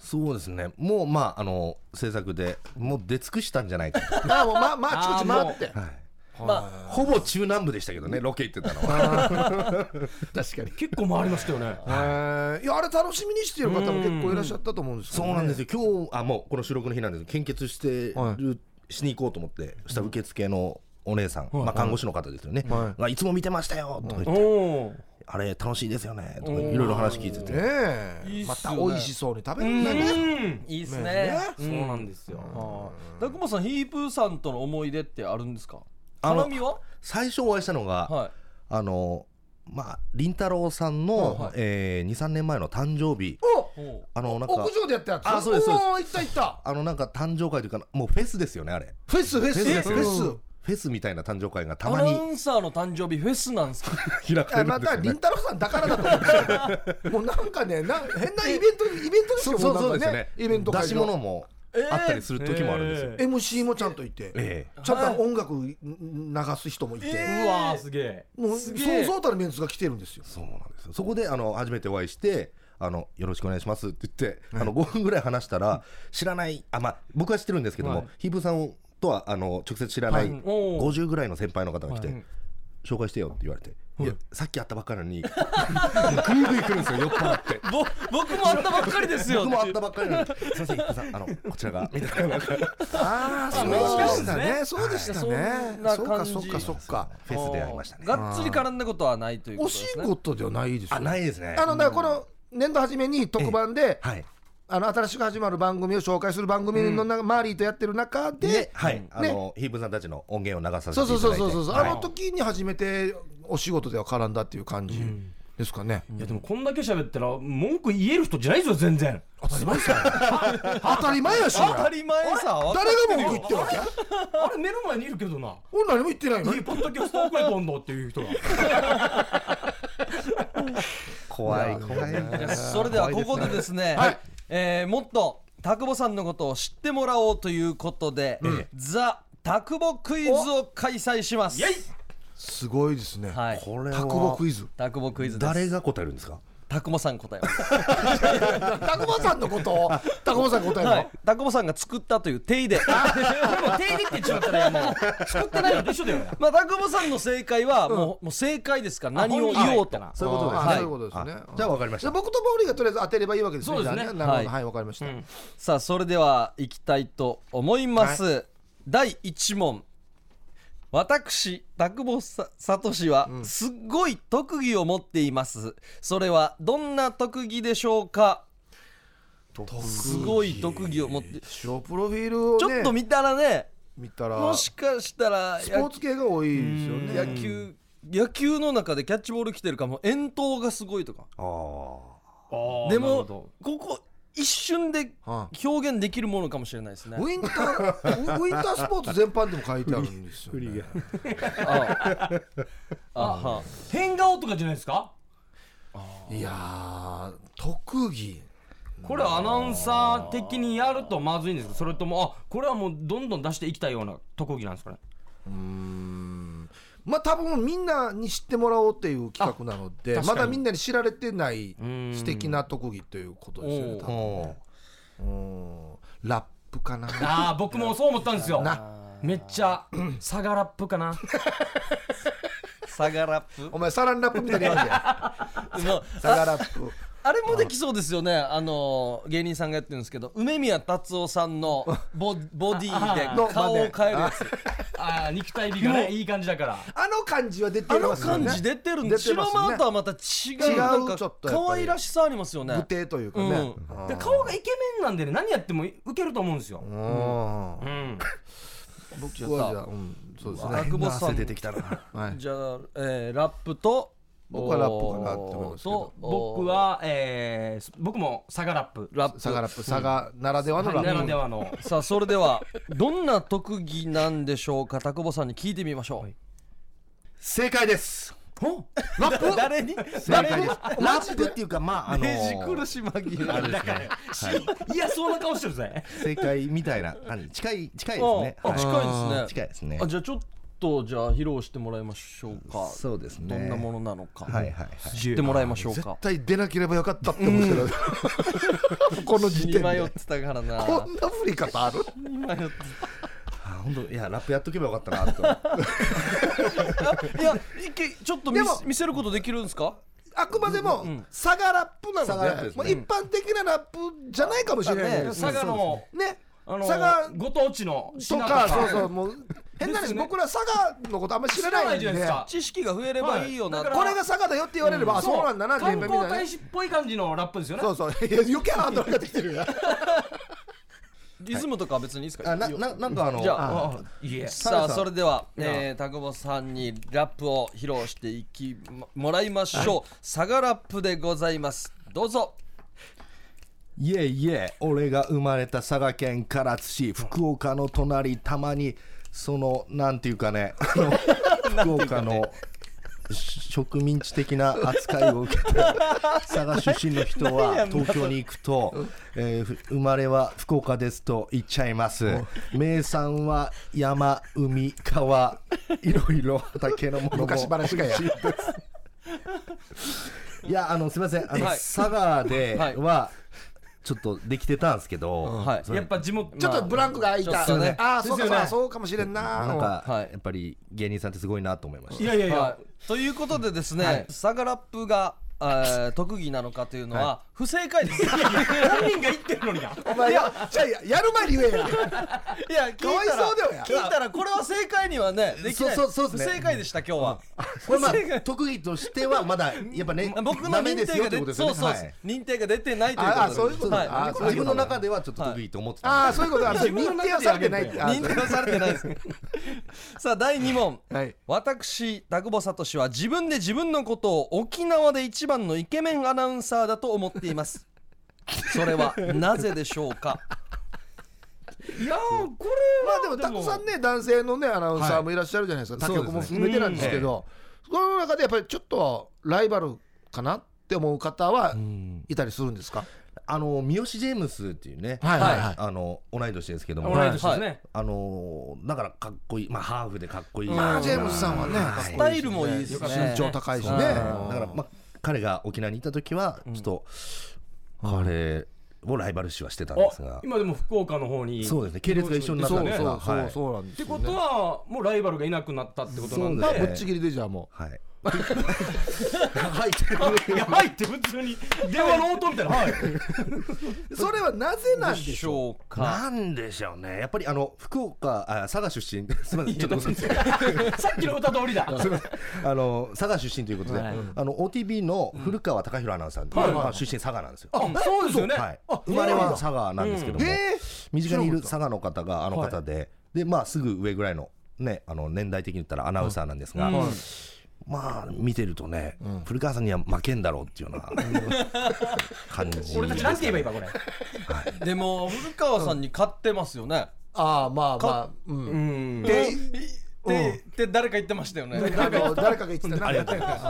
[SPEAKER 5] そうですねもうまああの制作でもう出尽くしたんじゃないかと、
[SPEAKER 6] ああもうままあちこち回って
[SPEAKER 5] はい
[SPEAKER 1] ま
[SPEAKER 5] ほぼ中南部でしたけどねロケ行ってたのは
[SPEAKER 6] 確かに
[SPEAKER 3] 結構回りましたよね
[SPEAKER 6] えーいやあれ楽しみにしてる方も結構いらっしゃったと思うんですけ
[SPEAKER 5] そう
[SPEAKER 6] どね
[SPEAKER 5] なんですよ今日あもうこの収録の日なんですけど献血してる、
[SPEAKER 6] は
[SPEAKER 5] しに行こうと思ってした受付のお姉さん、まあ、看護師の方ですよね、
[SPEAKER 6] はい
[SPEAKER 5] がいつも見てましたよとか言って、
[SPEAKER 3] おおー
[SPEAKER 5] あれ楽しいですよねとかいろいろ話聞いてて、
[SPEAKER 6] ねえ
[SPEAKER 1] いいっすよね
[SPEAKER 6] また美味しそうに食べるんだね
[SPEAKER 3] うん
[SPEAKER 1] いいですね。
[SPEAKER 3] そうなんですよ
[SPEAKER 1] タクボさん、ヒープーさんとの思い出ってあるんですか
[SPEAKER 5] あの
[SPEAKER 1] 絡みは
[SPEAKER 5] 最初お会いしたのが、
[SPEAKER 1] はい。
[SPEAKER 5] あのまあ凛太郎さんの、
[SPEAKER 1] はいはい
[SPEAKER 5] えー、23年前の誕生日
[SPEAKER 6] お
[SPEAKER 1] ほう
[SPEAKER 5] あのなんか
[SPEAKER 6] 屋上でやったやつ
[SPEAKER 5] あそうですそうです
[SPEAKER 6] おー行った行った
[SPEAKER 5] あのなんか誕生会というかもうフェスですよねあれ
[SPEAKER 6] フェスフェス
[SPEAKER 5] フェス
[SPEAKER 6] フェス
[SPEAKER 5] フェスみたいな誕生会がた
[SPEAKER 1] ア
[SPEAKER 5] ま
[SPEAKER 1] ナ
[SPEAKER 5] に
[SPEAKER 1] ウンサーの誕生日フェスなんですか
[SPEAKER 5] 開か
[SPEAKER 6] あ
[SPEAKER 5] れる
[SPEAKER 6] ま
[SPEAKER 5] んです
[SPEAKER 6] た
[SPEAKER 5] よ
[SPEAKER 6] り
[SPEAKER 5] ね
[SPEAKER 6] んたろーさんだからだと思ってるもうなんかねな変なイベントイベントです
[SPEAKER 5] そ
[SPEAKER 6] よ
[SPEAKER 5] うそう
[SPEAKER 6] も
[SPEAKER 5] そう
[SPEAKER 6] な
[SPEAKER 5] で
[SPEAKER 6] ん
[SPEAKER 5] す
[SPEAKER 6] か
[SPEAKER 5] よね
[SPEAKER 6] イベント会
[SPEAKER 5] 出
[SPEAKER 6] 場
[SPEAKER 5] し物もあったりする時もあるんですよ、
[SPEAKER 3] え
[SPEAKER 6] MC もちゃんといて、
[SPEAKER 5] え
[SPEAKER 6] ちゃんと音楽流す人もいて、
[SPEAKER 1] え
[SPEAKER 3] ーうわーすげえ
[SPEAKER 6] もう
[SPEAKER 1] す
[SPEAKER 6] そう
[SPEAKER 1] げえ
[SPEAKER 6] そうたるメンツが来てるんですよ
[SPEAKER 5] えそうなんですよそこであの初めてお会いしてあのよろしくお願いしますって言って、あの5分ぐらい話したら知らないあ、まあ、僕は知ってるんですけども、ヒープーさんとはあの直接知らな
[SPEAKER 1] は
[SPEAKER 5] い
[SPEAKER 1] いおー
[SPEAKER 5] 50ぐらいの先輩の方が来て、
[SPEAKER 1] はい
[SPEAKER 5] 紹介してよって言われて、いやさっき会ったばっかりなの にぐいぐい来るんですよ酔っ払って。
[SPEAKER 1] ぼ僕もあったばっかりですよ
[SPEAKER 5] 僕も会ったばっかりなのに、すみません、ヒープーさん、あの、こちらが、みたいな、フ
[SPEAKER 6] ああそう
[SPEAKER 1] で
[SPEAKER 6] で
[SPEAKER 1] し
[SPEAKER 6] したた
[SPEAKER 1] ね
[SPEAKER 6] ねそうでしたね
[SPEAKER 1] いやそ
[SPEAKER 6] そ
[SPEAKER 1] ん
[SPEAKER 6] う
[SPEAKER 1] な感
[SPEAKER 6] か
[SPEAKER 1] じ
[SPEAKER 6] そっかそっか
[SPEAKER 5] ェスで会いましたね。
[SPEAKER 1] がっつり絡んだことはないというこ
[SPEAKER 6] お
[SPEAKER 1] とで
[SPEAKER 6] 仕
[SPEAKER 1] すね
[SPEAKER 6] 事ではないですよ
[SPEAKER 5] あ、ないですね。
[SPEAKER 6] あのだからこの年度初めに特番で、
[SPEAKER 5] はい。
[SPEAKER 6] あの新しく始まる番組を紹介する番組の中、マーリーとやってる中で、
[SPEAKER 5] で、はい、あの、ヒープーさんたちの音源を流させて
[SPEAKER 6] そ
[SPEAKER 5] いうただいう
[SPEAKER 6] そ
[SPEAKER 5] て。
[SPEAKER 6] そうそうそう、
[SPEAKER 5] はい
[SPEAKER 6] あの時に初めてお仕事では絡んだっていう感じですかね、
[SPEAKER 3] いやでもこんだけ喋ったら文句言える人じゃないですよ全然
[SPEAKER 6] 当たり前さ当たり前やし
[SPEAKER 1] 当たり前さわかっ
[SPEAKER 6] 誰が文句言ってるわけ
[SPEAKER 3] あれ目の前にいるけどな
[SPEAKER 6] 俺何も言ってないの
[SPEAKER 3] いいポッドキャスト送り今度ってい う人が
[SPEAKER 5] 怖い、怖い。
[SPEAKER 1] いやそれではここでですね、
[SPEAKER 6] はい
[SPEAKER 1] えーもっと田久保さんのことを知ってもらおうということで、ザ・田久保クイズを開催します
[SPEAKER 6] すごいですね、
[SPEAKER 1] はい
[SPEAKER 5] これ
[SPEAKER 6] タクボ
[SPEAKER 5] は
[SPEAKER 6] クイズ
[SPEAKER 1] 田久保クイズです
[SPEAKER 5] 誰が答えるんですか
[SPEAKER 1] 田久保さん答えます
[SPEAKER 6] タクボさんのことをタクボさん答えるの、
[SPEAKER 1] はい田久保さんが作ったという定位で
[SPEAKER 3] でも手入れって言っちまったらもう作ってないのと一緒だよ
[SPEAKER 1] まあ田久保さんの正解はもう,、もう正解ですから何を言おうと
[SPEAKER 3] あ
[SPEAKER 5] そういうことです
[SPEAKER 6] あ
[SPEAKER 5] ね
[SPEAKER 6] ーそういうことですね
[SPEAKER 5] あじゃあ分かりました
[SPEAKER 6] じゃあ僕とボーリーがとりあえず当てればいいわけですね
[SPEAKER 3] そうですね
[SPEAKER 6] じゃあなるほど
[SPEAKER 1] はい
[SPEAKER 6] はいわかりました、
[SPEAKER 1] さあそれでは行きたいと思います、第1問私田久保さ聡はすっごい特技を持っています、それはどんな特技でしょうか すごい特技を持って
[SPEAKER 6] ショープロフィールを、ね、
[SPEAKER 1] ちょっと見たらね
[SPEAKER 6] 見たら
[SPEAKER 1] もしかしたら
[SPEAKER 6] スポーツ系が多いですよね
[SPEAKER 1] や野球野球の中でキャッチボール来てるかも遠投がすごいとか
[SPEAKER 5] あー
[SPEAKER 1] でもここ一瞬で
[SPEAKER 6] は
[SPEAKER 1] 表現できるものかもしれないですね
[SPEAKER 6] ウィンターウウィンタースポーツ全般でも書いてあるんですよ、ね、
[SPEAKER 1] あああは
[SPEAKER 3] 変顔とかじゃないですか
[SPEAKER 6] いやー特技
[SPEAKER 3] これアナウンサー的にやるとまずいんですかそれともあこれはもうどんどん出していきたいような特技なんですかね
[SPEAKER 6] まあ多分みんなに知ってもらおうっていう企画なので
[SPEAKER 3] 確か
[SPEAKER 6] ま
[SPEAKER 3] に
[SPEAKER 6] だみんなに知られてない
[SPEAKER 3] ん
[SPEAKER 6] 素敵な特技ということですよね多分
[SPEAKER 5] おー
[SPEAKER 6] うんラップかな
[SPEAKER 3] ああ僕もそう思ったんですよ
[SPEAKER 6] な
[SPEAKER 3] めっちゃサガラップかな
[SPEAKER 1] サガラップ
[SPEAKER 6] お前サランラップみたいに言わんで
[SPEAKER 1] もう
[SPEAKER 6] サガラップ
[SPEAKER 1] あれもできそうですよねあの芸人さんがやってるんですけど梅宮達夫さん のボボディで
[SPEAKER 6] の
[SPEAKER 1] 顔を変えるやつ
[SPEAKER 3] ああ肉体美がねいい感じだから
[SPEAKER 6] あの感じは出て
[SPEAKER 1] あ
[SPEAKER 6] る
[SPEAKER 1] の
[SPEAKER 6] ますよ
[SPEAKER 1] 感
[SPEAKER 6] ね
[SPEAKER 1] じ出てるんで
[SPEAKER 6] 出て
[SPEAKER 1] 白
[SPEAKER 6] ますね
[SPEAKER 1] 間とはまた違う
[SPEAKER 6] 違う
[SPEAKER 1] なん
[SPEAKER 6] ち
[SPEAKER 1] か
[SPEAKER 6] ょっとやっぱり
[SPEAKER 1] 可愛らしさありますよね
[SPEAKER 6] 武帝というか
[SPEAKER 1] う
[SPEAKER 6] ね、
[SPEAKER 1] ん
[SPEAKER 6] あ
[SPEAKER 3] で顔がイケメンなんでね何やってもウケると思うんですよ
[SPEAKER 6] ー
[SPEAKER 3] うん
[SPEAKER 6] 僕はじゃあ、うん、そうですね
[SPEAKER 1] 田久保さん
[SPEAKER 5] 出てきたな
[SPEAKER 6] はい
[SPEAKER 1] じゃあ、えーラップと
[SPEAKER 6] 僕はラップかなって思いますけど
[SPEAKER 1] おー
[SPEAKER 3] 僕は、えー僕もサガラップ
[SPEAKER 1] ラップ
[SPEAKER 6] 佐賀ラップ佐賀ならではのラ
[SPEAKER 3] なら
[SPEAKER 6] ップ
[SPEAKER 3] ではの
[SPEAKER 1] さあそれではどんな特技なんでしょうか田久保さんに聞いてみましょう、
[SPEAKER 5] 正解です
[SPEAKER 6] ラッ プ
[SPEAKER 1] 誰に
[SPEAKER 5] 正解ですラップっていうかまああの
[SPEAKER 1] ねじ苦し紛
[SPEAKER 5] あ
[SPEAKER 1] れ
[SPEAKER 5] れですねはい
[SPEAKER 3] いやそうな顔してるぜ
[SPEAKER 5] 正解みたいな感じ近い近いですね
[SPEAKER 1] ああ
[SPEAKER 5] はい
[SPEAKER 1] 近いですね
[SPEAKER 5] 近いですね
[SPEAKER 1] あじゃあちょっとじゃあ披露してもらいましょうか
[SPEAKER 5] そうですね
[SPEAKER 1] どんなものなのか、
[SPEAKER 5] はいはいはい
[SPEAKER 1] 知ってもらいましょう
[SPEAKER 6] 絶
[SPEAKER 1] か
[SPEAKER 6] 対出なければよかったって思ってるこの時
[SPEAKER 1] 死に
[SPEAKER 6] 点
[SPEAKER 1] 迷っ
[SPEAKER 6] で
[SPEAKER 1] てたからな
[SPEAKER 6] こんな振り方ある
[SPEAKER 5] あ本当いやラップやっとけばよかったなと
[SPEAKER 1] いや一回ちょっと見
[SPEAKER 6] でも
[SPEAKER 1] せ見せることできるんですか
[SPEAKER 6] あくまでも佐賀ラップな
[SPEAKER 5] 佐賀ラップ
[SPEAKER 6] の
[SPEAKER 5] で
[SPEAKER 6] です
[SPEAKER 5] ね
[SPEAKER 6] もう一般的なラップじゃないかもしれないね
[SPEAKER 3] 佐賀の
[SPEAKER 6] ね
[SPEAKER 3] あの
[SPEAKER 6] 佐賀
[SPEAKER 3] ご当地の
[SPEAKER 6] と
[SPEAKER 3] 品
[SPEAKER 6] かそうそうもう変な
[SPEAKER 3] で
[SPEAKER 6] 話
[SPEAKER 3] すね
[SPEAKER 6] 僕ら佐賀のことあんまり知ら
[SPEAKER 3] 知ら
[SPEAKER 6] な
[SPEAKER 3] ない
[SPEAKER 6] ん
[SPEAKER 3] いじ
[SPEAKER 6] で
[SPEAKER 3] ゃないですか
[SPEAKER 1] 知識が増えればいいよな
[SPEAKER 3] はいだから
[SPEAKER 6] これが佐賀だよって言われればあそうなんだなって
[SPEAKER 3] 観
[SPEAKER 6] 今みん
[SPEAKER 3] 光
[SPEAKER 6] な
[SPEAKER 3] 大
[SPEAKER 6] ね
[SPEAKER 3] 使っぽい感じのラップですよね
[SPEAKER 6] そうそういや余計ハードルができてるよ
[SPEAKER 1] リズムとかは別にいいですか、
[SPEAKER 5] あなななんかあの
[SPEAKER 1] じゃあ
[SPEAKER 3] あいえ
[SPEAKER 1] さあ
[SPEAKER 6] サルサ
[SPEAKER 1] それでは、えー、田久保さんにラップを披露していきまもらいましょう、サガラップでございますどうぞ
[SPEAKER 5] いえいえ俺が生まれた佐賀県唐津市福岡の隣たまにそのなんていうかねあの福岡のし植民地的な扱いを受けて佐賀出身の人は東京に行くと、えーふ生まれは福岡ですと言っちゃいます名産は山海川いろいろ畑のものも
[SPEAKER 6] 昔話がや
[SPEAKER 5] いやあのすみませんあの、
[SPEAKER 1] はい
[SPEAKER 5] 佐賀では、ちょっとできてたんですけど、
[SPEAKER 1] はい
[SPEAKER 5] それ
[SPEAKER 3] やっぱ地元
[SPEAKER 6] ちょっとブランクが空い
[SPEAKER 1] まあ
[SPEAKER 6] た
[SPEAKER 1] ちょっとね
[SPEAKER 6] ああそう
[SPEAKER 3] ですよ
[SPEAKER 6] か
[SPEAKER 3] ね
[SPEAKER 6] そうかもしれんな
[SPEAKER 5] なんか、
[SPEAKER 1] はい
[SPEAKER 5] やっぱり芸人さんってすごいなと思いました
[SPEAKER 3] いやいやいや、
[SPEAKER 1] はい、ということでですね、サガラップが、えー特技なのかというのは、不正解です。い
[SPEAKER 3] 本人が言ってるのにな
[SPEAKER 6] お前やじゃあややる前に言えや
[SPEAKER 1] や、聞いた
[SPEAKER 6] かわいそうだよや
[SPEAKER 1] 聞いたら、これは正解にはね、できない。
[SPEAKER 5] そうそうそうですね
[SPEAKER 1] 不正解でした、今日は。
[SPEAKER 5] これまあ特技としてはまだやっぱね
[SPEAKER 1] 僕の
[SPEAKER 5] ダメ
[SPEAKER 1] 認
[SPEAKER 5] です
[SPEAKER 1] 定
[SPEAKER 5] よ
[SPEAKER 1] が
[SPEAKER 5] って
[SPEAKER 1] 出て、
[SPEAKER 5] ことです
[SPEAKER 1] そ
[SPEAKER 5] よね
[SPEAKER 1] うそう、
[SPEAKER 5] はい
[SPEAKER 1] 認定が出てないということ
[SPEAKER 6] ああそういうこと
[SPEAKER 1] はい
[SPEAKER 6] ああそう
[SPEAKER 5] 自
[SPEAKER 6] いう
[SPEAKER 5] 分
[SPEAKER 6] こ
[SPEAKER 5] の
[SPEAKER 6] と
[SPEAKER 5] 中ではちょっと得意と思ってた
[SPEAKER 6] あ
[SPEAKER 5] ん
[SPEAKER 6] あ
[SPEAKER 5] です
[SPEAKER 6] そういう ことあそう
[SPEAKER 3] 自分
[SPEAKER 6] 認
[SPEAKER 3] の
[SPEAKER 6] 定
[SPEAKER 3] 中
[SPEAKER 6] は
[SPEAKER 3] で
[SPEAKER 6] さ
[SPEAKER 3] や
[SPEAKER 6] れ
[SPEAKER 3] る
[SPEAKER 6] て
[SPEAKER 3] んだ
[SPEAKER 6] ない
[SPEAKER 3] よ
[SPEAKER 6] ってあー
[SPEAKER 1] 認定はされてない ですねさあ第2問
[SPEAKER 6] はい
[SPEAKER 1] 私田久保聡は自分で自分のことを沖縄で一番のイケメンアナウンサーだと思っていますそれはなぜでしょうか
[SPEAKER 3] いやーこ
[SPEAKER 6] まあでもたくさんね男性のねアナウンサーもいらっしゃるじゃないですか、
[SPEAKER 5] はい
[SPEAKER 6] 他局も含めてなんですけどその中でやっぱりちょっとライバルかなって思う方はいたりするんですか、
[SPEAKER 5] あの三好ジェームスっていうね、
[SPEAKER 6] はいはいはい
[SPEAKER 5] あの同い年ですけども
[SPEAKER 3] 同い年ですね、
[SPEAKER 5] あのだからかっこいいまあハーフでかっこいい、
[SPEAKER 6] まあジェームスさんはね、かっこいいしね
[SPEAKER 1] スタイルもいいですね
[SPEAKER 6] 身長高いしね、
[SPEAKER 5] ね、だ
[SPEAKER 6] うん
[SPEAKER 5] から、まあ、彼が沖縄にいた時はちょっと、彼をライバル視はしてたんです
[SPEAKER 3] あ
[SPEAKER 5] が
[SPEAKER 3] 今でも福岡の方に
[SPEAKER 5] そうですね系列が一緒になった
[SPEAKER 6] そ
[SPEAKER 5] ん
[SPEAKER 6] う
[SPEAKER 5] です
[SPEAKER 6] そ
[SPEAKER 5] が
[SPEAKER 6] うそう、
[SPEAKER 5] はい
[SPEAKER 6] そうなんです
[SPEAKER 3] っ
[SPEAKER 6] よ
[SPEAKER 3] て
[SPEAKER 6] ね
[SPEAKER 3] ことはもうライバルがいなくなったってことなんで
[SPEAKER 5] そう
[SPEAKER 6] ま
[SPEAKER 5] で
[SPEAKER 6] あ
[SPEAKER 5] す
[SPEAKER 6] ぶっちぎりでじゃあも
[SPEAKER 5] はい
[SPEAKER 6] う
[SPEAKER 3] やばいって普通に電話の音みたいな、 はい、
[SPEAKER 6] それはなぜなんで
[SPEAKER 1] で
[SPEAKER 6] し
[SPEAKER 1] し
[SPEAKER 6] ょう
[SPEAKER 1] ょうか
[SPEAKER 5] なんでしょうねやっぱりあの福岡あ佐賀出身 すみませんちょっと嘘です
[SPEAKER 3] さっきの歌通りだ
[SPEAKER 5] すみません あの佐賀出身ということで、あの OTB の古川貴弘アナウンサー、まあ出身佐賀なんですよ。
[SPEAKER 3] うんそうですよね、
[SPEAKER 5] はい、生まれは佐賀なんですけども、
[SPEAKER 6] え
[SPEAKER 5] 身近にいる佐賀の方があの方で、でまあすぐ上ぐらいのねあの年代的に言ったらアナウンサーなんですが、まあ見てるとね、古川さんには負けんだろうっていうような感じ。
[SPEAKER 3] 俺たちなんて言えばいいかこれ
[SPEAKER 1] でも古川さんに勝ってますよね。
[SPEAKER 6] ああまあまあうん
[SPEAKER 3] うん
[SPEAKER 1] で、で、で誰か言ってましたよね。
[SPEAKER 6] あの誰かが言ってたな。あ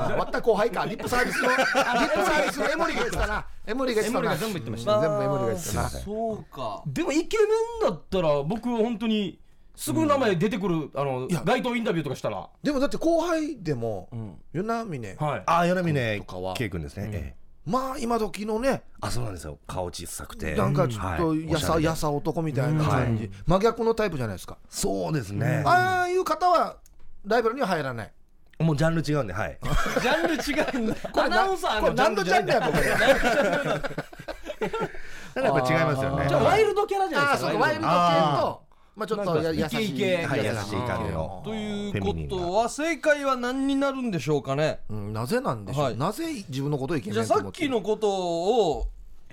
[SPEAKER 6] 終わった後輩か。リップサービスの、リップサービスのエモリが言ってたな。エモリが言ってたな。
[SPEAKER 3] エモリが全部言ってまし
[SPEAKER 1] まあ
[SPEAKER 6] 全部エモリが言ってたな。
[SPEAKER 1] そうか。
[SPEAKER 3] でもイケメンだったら僕は本当にすぐ名前出てくる、あの街頭インタビューとかしたら
[SPEAKER 6] でもだって後輩でも、与那峰、
[SPEAKER 3] はい
[SPEAKER 5] あ米峰
[SPEAKER 6] とかは
[SPEAKER 5] 圭君ですね。ええ
[SPEAKER 6] まあ今時のね、
[SPEAKER 5] あそうなんですよ顔小さくて
[SPEAKER 6] なんかちょっと
[SPEAKER 5] はいお
[SPEAKER 6] やさ、
[SPEAKER 5] しゃれで
[SPEAKER 6] やさ男みたいな感じ、真逆のタイプじゃないですか。
[SPEAKER 5] そうですね、
[SPEAKER 6] ああいう方はライバルには入らない。
[SPEAKER 5] もうジャンル違うんで はい
[SPEAKER 1] ジャンル違うんだ。
[SPEAKER 3] アナウンサー
[SPEAKER 6] こ
[SPEAKER 3] の
[SPEAKER 6] れ
[SPEAKER 3] ジャ
[SPEAKER 6] 何
[SPEAKER 3] ン
[SPEAKER 6] 度
[SPEAKER 3] ル
[SPEAKER 6] チ
[SPEAKER 3] じゃ
[SPEAKER 6] ャ
[SPEAKER 3] ない
[SPEAKER 6] ンだよ、これ。
[SPEAKER 5] だからやっぱ違いますよね
[SPEAKER 3] じゃあワイルドキャラじゃない
[SPEAKER 6] あ
[SPEAKER 3] で
[SPEAKER 6] あ、
[SPEAKER 3] す
[SPEAKER 6] そう
[SPEAKER 3] か
[SPEAKER 6] か、ワイルド系と、
[SPEAKER 5] あ
[SPEAKER 6] まあちょっとや優しい。
[SPEAKER 3] イケイケ
[SPEAKER 5] はい優しい
[SPEAKER 6] 感
[SPEAKER 5] 感
[SPEAKER 6] じ
[SPEAKER 5] じの
[SPEAKER 1] ということは正解は何になるんでしょうかね。
[SPEAKER 6] うんなぜなんでしょ
[SPEAKER 1] は
[SPEAKER 6] う。
[SPEAKER 1] い
[SPEAKER 6] なぜ自分のことをイケメ
[SPEAKER 1] じゃあ
[SPEAKER 6] ンと
[SPEAKER 1] さ
[SPEAKER 6] 思
[SPEAKER 1] っ
[SPEAKER 6] って
[SPEAKER 1] き
[SPEAKER 6] る
[SPEAKER 1] のことを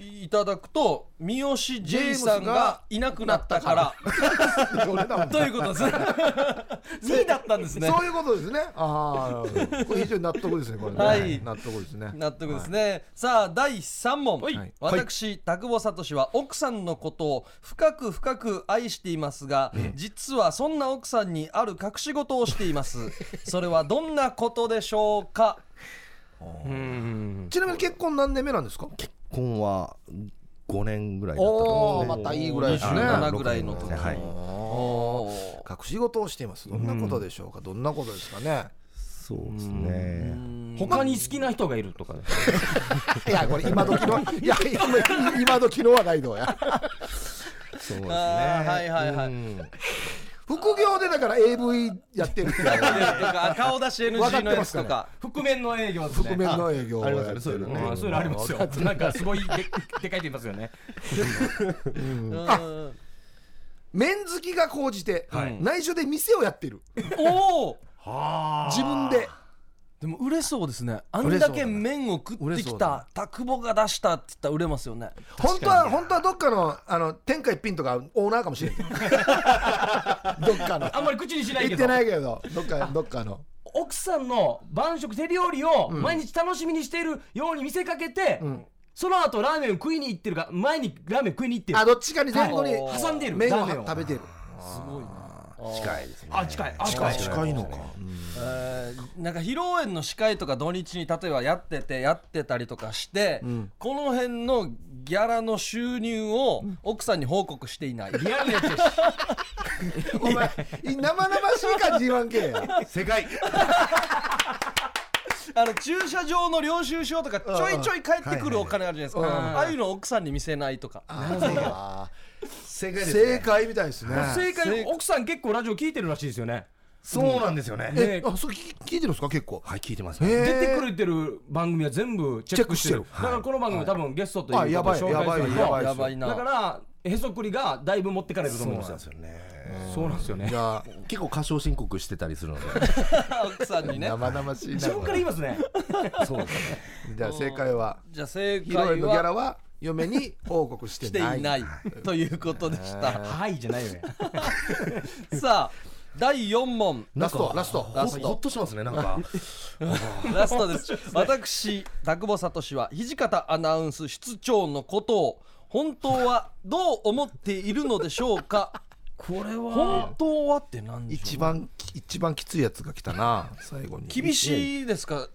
[SPEAKER 1] いただくと三好 J さんがいなくなったから
[SPEAKER 6] 俺だもん
[SPEAKER 1] ということです ね2位だったんですね
[SPEAKER 6] そういうことですね。ああ、これ非常に納得ですね。これね、
[SPEAKER 1] はい
[SPEAKER 6] 納得ですね。
[SPEAKER 1] 納得ですね、さあ第3問、
[SPEAKER 6] い
[SPEAKER 1] 私田久保聡は奥さんのことを深く深く愛していますが、実はそんな奥さんにある隠し事をしていますそれはどんなことでしょうか
[SPEAKER 6] ちなみに結婚何年目なんですか。
[SPEAKER 5] 結婚は5年ぐらいだったと思
[SPEAKER 6] お
[SPEAKER 5] う
[SPEAKER 6] おー、
[SPEAKER 5] んで
[SPEAKER 6] またいいぐらいですね。
[SPEAKER 1] 27ぐらいの時
[SPEAKER 5] ねはい
[SPEAKER 1] おー
[SPEAKER 6] 隠し事をしています。どんなことでしょうか。どんなことですかね。
[SPEAKER 5] そうですね
[SPEAKER 3] 他に好きな人がいるとか
[SPEAKER 6] いや、これ今時の、いや、今、今時の若いのや。
[SPEAKER 5] そうですね
[SPEAKER 1] あーはいはいはい
[SPEAKER 5] うん
[SPEAKER 6] 副業 でだから AV やってるっていうのはね
[SPEAKER 1] とか顔出し NG のやつと
[SPEAKER 6] わ
[SPEAKER 1] か
[SPEAKER 3] 覆面の営業です
[SPEAKER 6] 覆
[SPEAKER 3] ね
[SPEAKER 6] 面の営業をやって
[SPEAKER 5] あありますよねそういう
[SPEAKER 6] る
[SPEAKER 5] の
[SPEAKER 6] ね
[SPEAKER 5] ね。
[SPEAKER 3] うんそういうのありますよなんかすごいででかいって言いますよね
[SPEAKER 1] うん
[SPEAKER 6] 面好きが高じて、
[SPEAKER 1] はい
[SPEAKER 6] 内緒で店をやってる。
[SPEAKER 1] おお
[SPEAKER 6] 自分で。
[SPEAKER 1] でも売れそうですねあ
[SPEAKER 6] 売
[SPEAKER 1] ん
[SPEAKER 6] れそう
[SPEAKER 1] だ
[SPEAKER 6] だね
[SPEAKER 1] け麺を食って
[SPEAKER 6] 売れそ
[SPEAKER 1] き
[SPEAKER 6] うだ
[SPEAKER 1] た田久保が出したって言ったら売れますよね
[SPEAKER 6] 本当は、本当はどっかの、あの、天下一品とかオーナーかもしれない。どっかの。
[SPEAKER 3] あんまり口にしない
[SPEAKER 6] 言
[SPEAKER 3] け
[SPEAKER 6] って
[SPEAKER 3] ど
[SPEAKER 6] ないけど、どっか、どっかの。
[SPEAKER 3] 奥さんの晩食手料理を毎日楽しみにしているように見せかけて、その後ラーメンを食いに行ってるか前にラーメン食いに行ってる
[SPEAKER 6] あ、どっちかに前後に
[SPEAKER 1] はい
[SPEAKER 3] 挟んでる
[SPEAKER 6] 麺
[SPEAKER 3] ラ
[SPEAKER 6] を
[SPEAKER 3] ーメンを
[SPEAKER 6] 食べてる。
[SPEAKER 5] 近いですね
[SPEAKER 3] あ近いあ
[SPEAKER 5] 近い
[SPEAKER 3] 近い
[SPEAKER 5] 近いのか
[SPEAKER 1] えーなんか披露宴の司会とか土日に例えばやっててやってたりとかして、この辺のギャラの収入を奥さんに報告してい ない、
[SPEAKER 3] リアルなやつです
[SPEAKER 6] お前、生々しいか、G1K や。
[SPEAKER 5] 世界
[SPEAKER 1] あの駐車場の領収書とかちょいちょい返ってくるお金あるじゃないですか、ああいうの奥さんに見せないとか、
[SPEAKER 6] あ
[SPEAKER 5] 正
[SPEAKER 6] ー
[SPEAKER 5] 解です
[SPEAKER 6] 正
[SPEAKER 5] ね
[SPEAKER 6] 解みたいですね。
[SPEAKER 3] 正解奥さん結構ラジオ聞いてるらしいですよね
[SPEAKER 5] そうなんですよね
[SPEAKER 3] え
[SPEAKER 6] あ、そう聞聞いてるんですか、結構。
[SPEAKER 5] はい聞いてます
[SPEAKER 6] へ
[SPEAKER 5] ね
[SPEAKER 6] ー
[SPEAKER 3] 出てくれてる番組は全部チェックしてる
[SPEAKER 6] チェックしてる
[SPEAKER 3] だからこの番組多分ゲストという
[SPEAKER 6] あ、やばい、
[SPEAKER 3] ことで
[SPEAKER 6] や
[SPEAKER 3] 紹
[SPEAKER 6] ば
[SPEAKER 3] 介
[SPEAKER 6] い、
[SPEAKER 3] すると
[SPEAKER 6] やばい。
[SPEAKER 1] やばいな
[SPEAKER 3] だからへそくりがだいぶ持ってかれると
[SPEAKER 5] そう
[SPEAKER 3] 思うん
[SPEAKER 5] な
[SPEAKER 3] で
[SPEAKER 5] ん
[SPEAKER 3] すよ
[SPEAKER 5] ですよね
[SPEAKER 3] そうなんですよね
[SPEAKER 6] いや、
[SPEAKER 5] 結構過小申告してたりするの で
[SPEAKER 1] 奥さんにね
[SPEAKER 6] 生々しいな。
[SPEAKER 3] 自分から言いますね
[SPEAKER 5] そうですね
[SPEAKER 6] じゃあ、正解は。
[SPEAKER 1] じゃあ正
[SPEAKER 6] ヒロイ
[SPEAKER 1] 解
[SPEAKER 6] ンのギャラ
[SPEAKER 1] は
[SPEAKER 6] は嫁に報告して
[SPEAKER 1] して
[SPEAKER 6] ないい。
[SPEAKER 1] ないということでした、
[SPEAKER 3] はいじゃないよね
[SPEAKER 1] さあ第4問
[SPEAKER 6] ラスト、ラスト、ラス
[SPEAKER 5] ほほっ
[SPEAKER 6] ト。
[SPEAKER 5] としますねなんか
[SPEAKER 1] ラストです。私、田久保聡は土方アナウンス室長のことを本当はどう思っているのでしょうか。これは本当はって何でし
[SPEAKER 6] 一
[SPEAKER 1] ょう。
[SPEAKER 6] 番、一番きついやつが来たな、最後に。
[SPEAKER 1] 厳しいですか。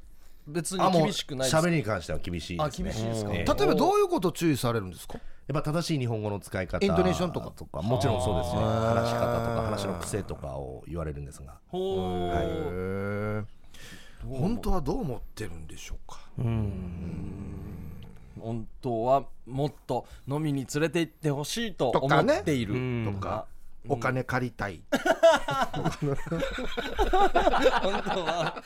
[SPEAKER 1] 別
[SPEAKER 5] あ
[SPEAKER 1] に
[SPEAKER 5] もう
[SPEAKER 1] 厳しくないです
[SPEAKER 5] 喋。りに関しては厳しいですね
[SPEAKER 1] あ厳しいですか
[SPEAKER 5] ええ
[SPEAKER 6] 例えば、どういうこと注意されるんですか。
[SPEAKER 5] やっぱ正しい日本語の使い方
[SPEAKER 6] イントネーションとか
[SPEAKER 5] もちろんそうですね話し方とか話の癖とかを言われるんですが
[SPEAKER 1] ほう
[SPEAKER 6] へー本当はどう思ってるんでしょうか。
[SPEAKER 1] 本当はもっと飲みに連れて行ってほしいと
[SPEAKER 6] と
[SPEAKER 1] 思
[SPEAKER 6] かね
[SPEAKER 1] っている
[SPEAKER 6] と
[SPEAKER 1] と
[SPEAKER 6] か
[SPEAKER 1] か。
[SPEAKER 6] お金借り たい
[SPEAKER 1] 本当は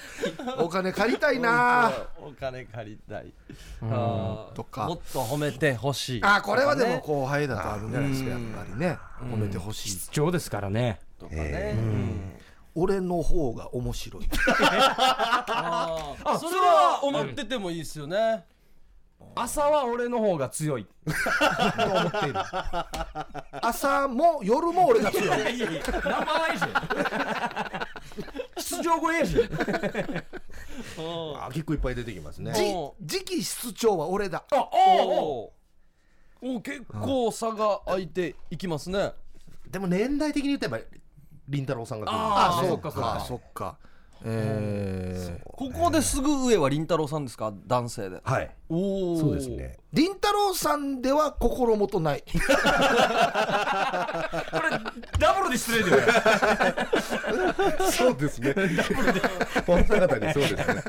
[SPEAKER 6] お金借りたいな
[SPEAKER 1] お金借りたいあー
[SPEAKER 6] とか
[SPEAKER 1] もっと褒めてほしい
[SPEAKER 6] あこれはでも
[SPEAKER 1] ね
[SPEAKER 6] 後輩だとあるんじゃないですかやっぱりね褒めてほしい
[SPEAKER 3] 必要ですからね
[SPEAKER 1] とかね
[SPEAKER 6] 俺の方が 面白い
[SPEAKER 1] あそれは思っててもいいですよね、
[SPEAKER 3] 朝は俺の方が強いと思っている
[SPEAKER 6] 朝も夜も俺が強い
[SPEAKER 3] いやいやナンバーワンやし出場後やし
[SPEAKER 5] あ結構いっぱい出てきますね
[SPEAKER 6] じ次期室長は俺だ
[SPEAKER 3] あおお
[SPEAKER 1] おーお結構差が開いていきますね、
[SPEAKER 5] でも年代的に言うとやっぱり凛太郎さんが来る
[SPEAKER 3] あー
[SPEAKER 6] そ
[SPEAKER 3] そうっ
[SPEAKER 6] か
[SPEAKER 3] か
[SPEAKER 6] そ
[SPEAKER 3] そ
[SPEAKER 6] っ
[SPEAKER 3] っか
[SPEAKER 6] かそっかえー
[SPEAKER 1] ここですぐ上は凛太郎さんですか男性で
[SPEAKER 5] はい
[SPEAKER 1] おお
[SPEAKER 5] そうですね
[SPEAKER 6] 凛太郎さんでは心もとない
[SPEAKER 3] これダブルで失礼だよね
[SPEAKER 5] そうですね本当方にそうですね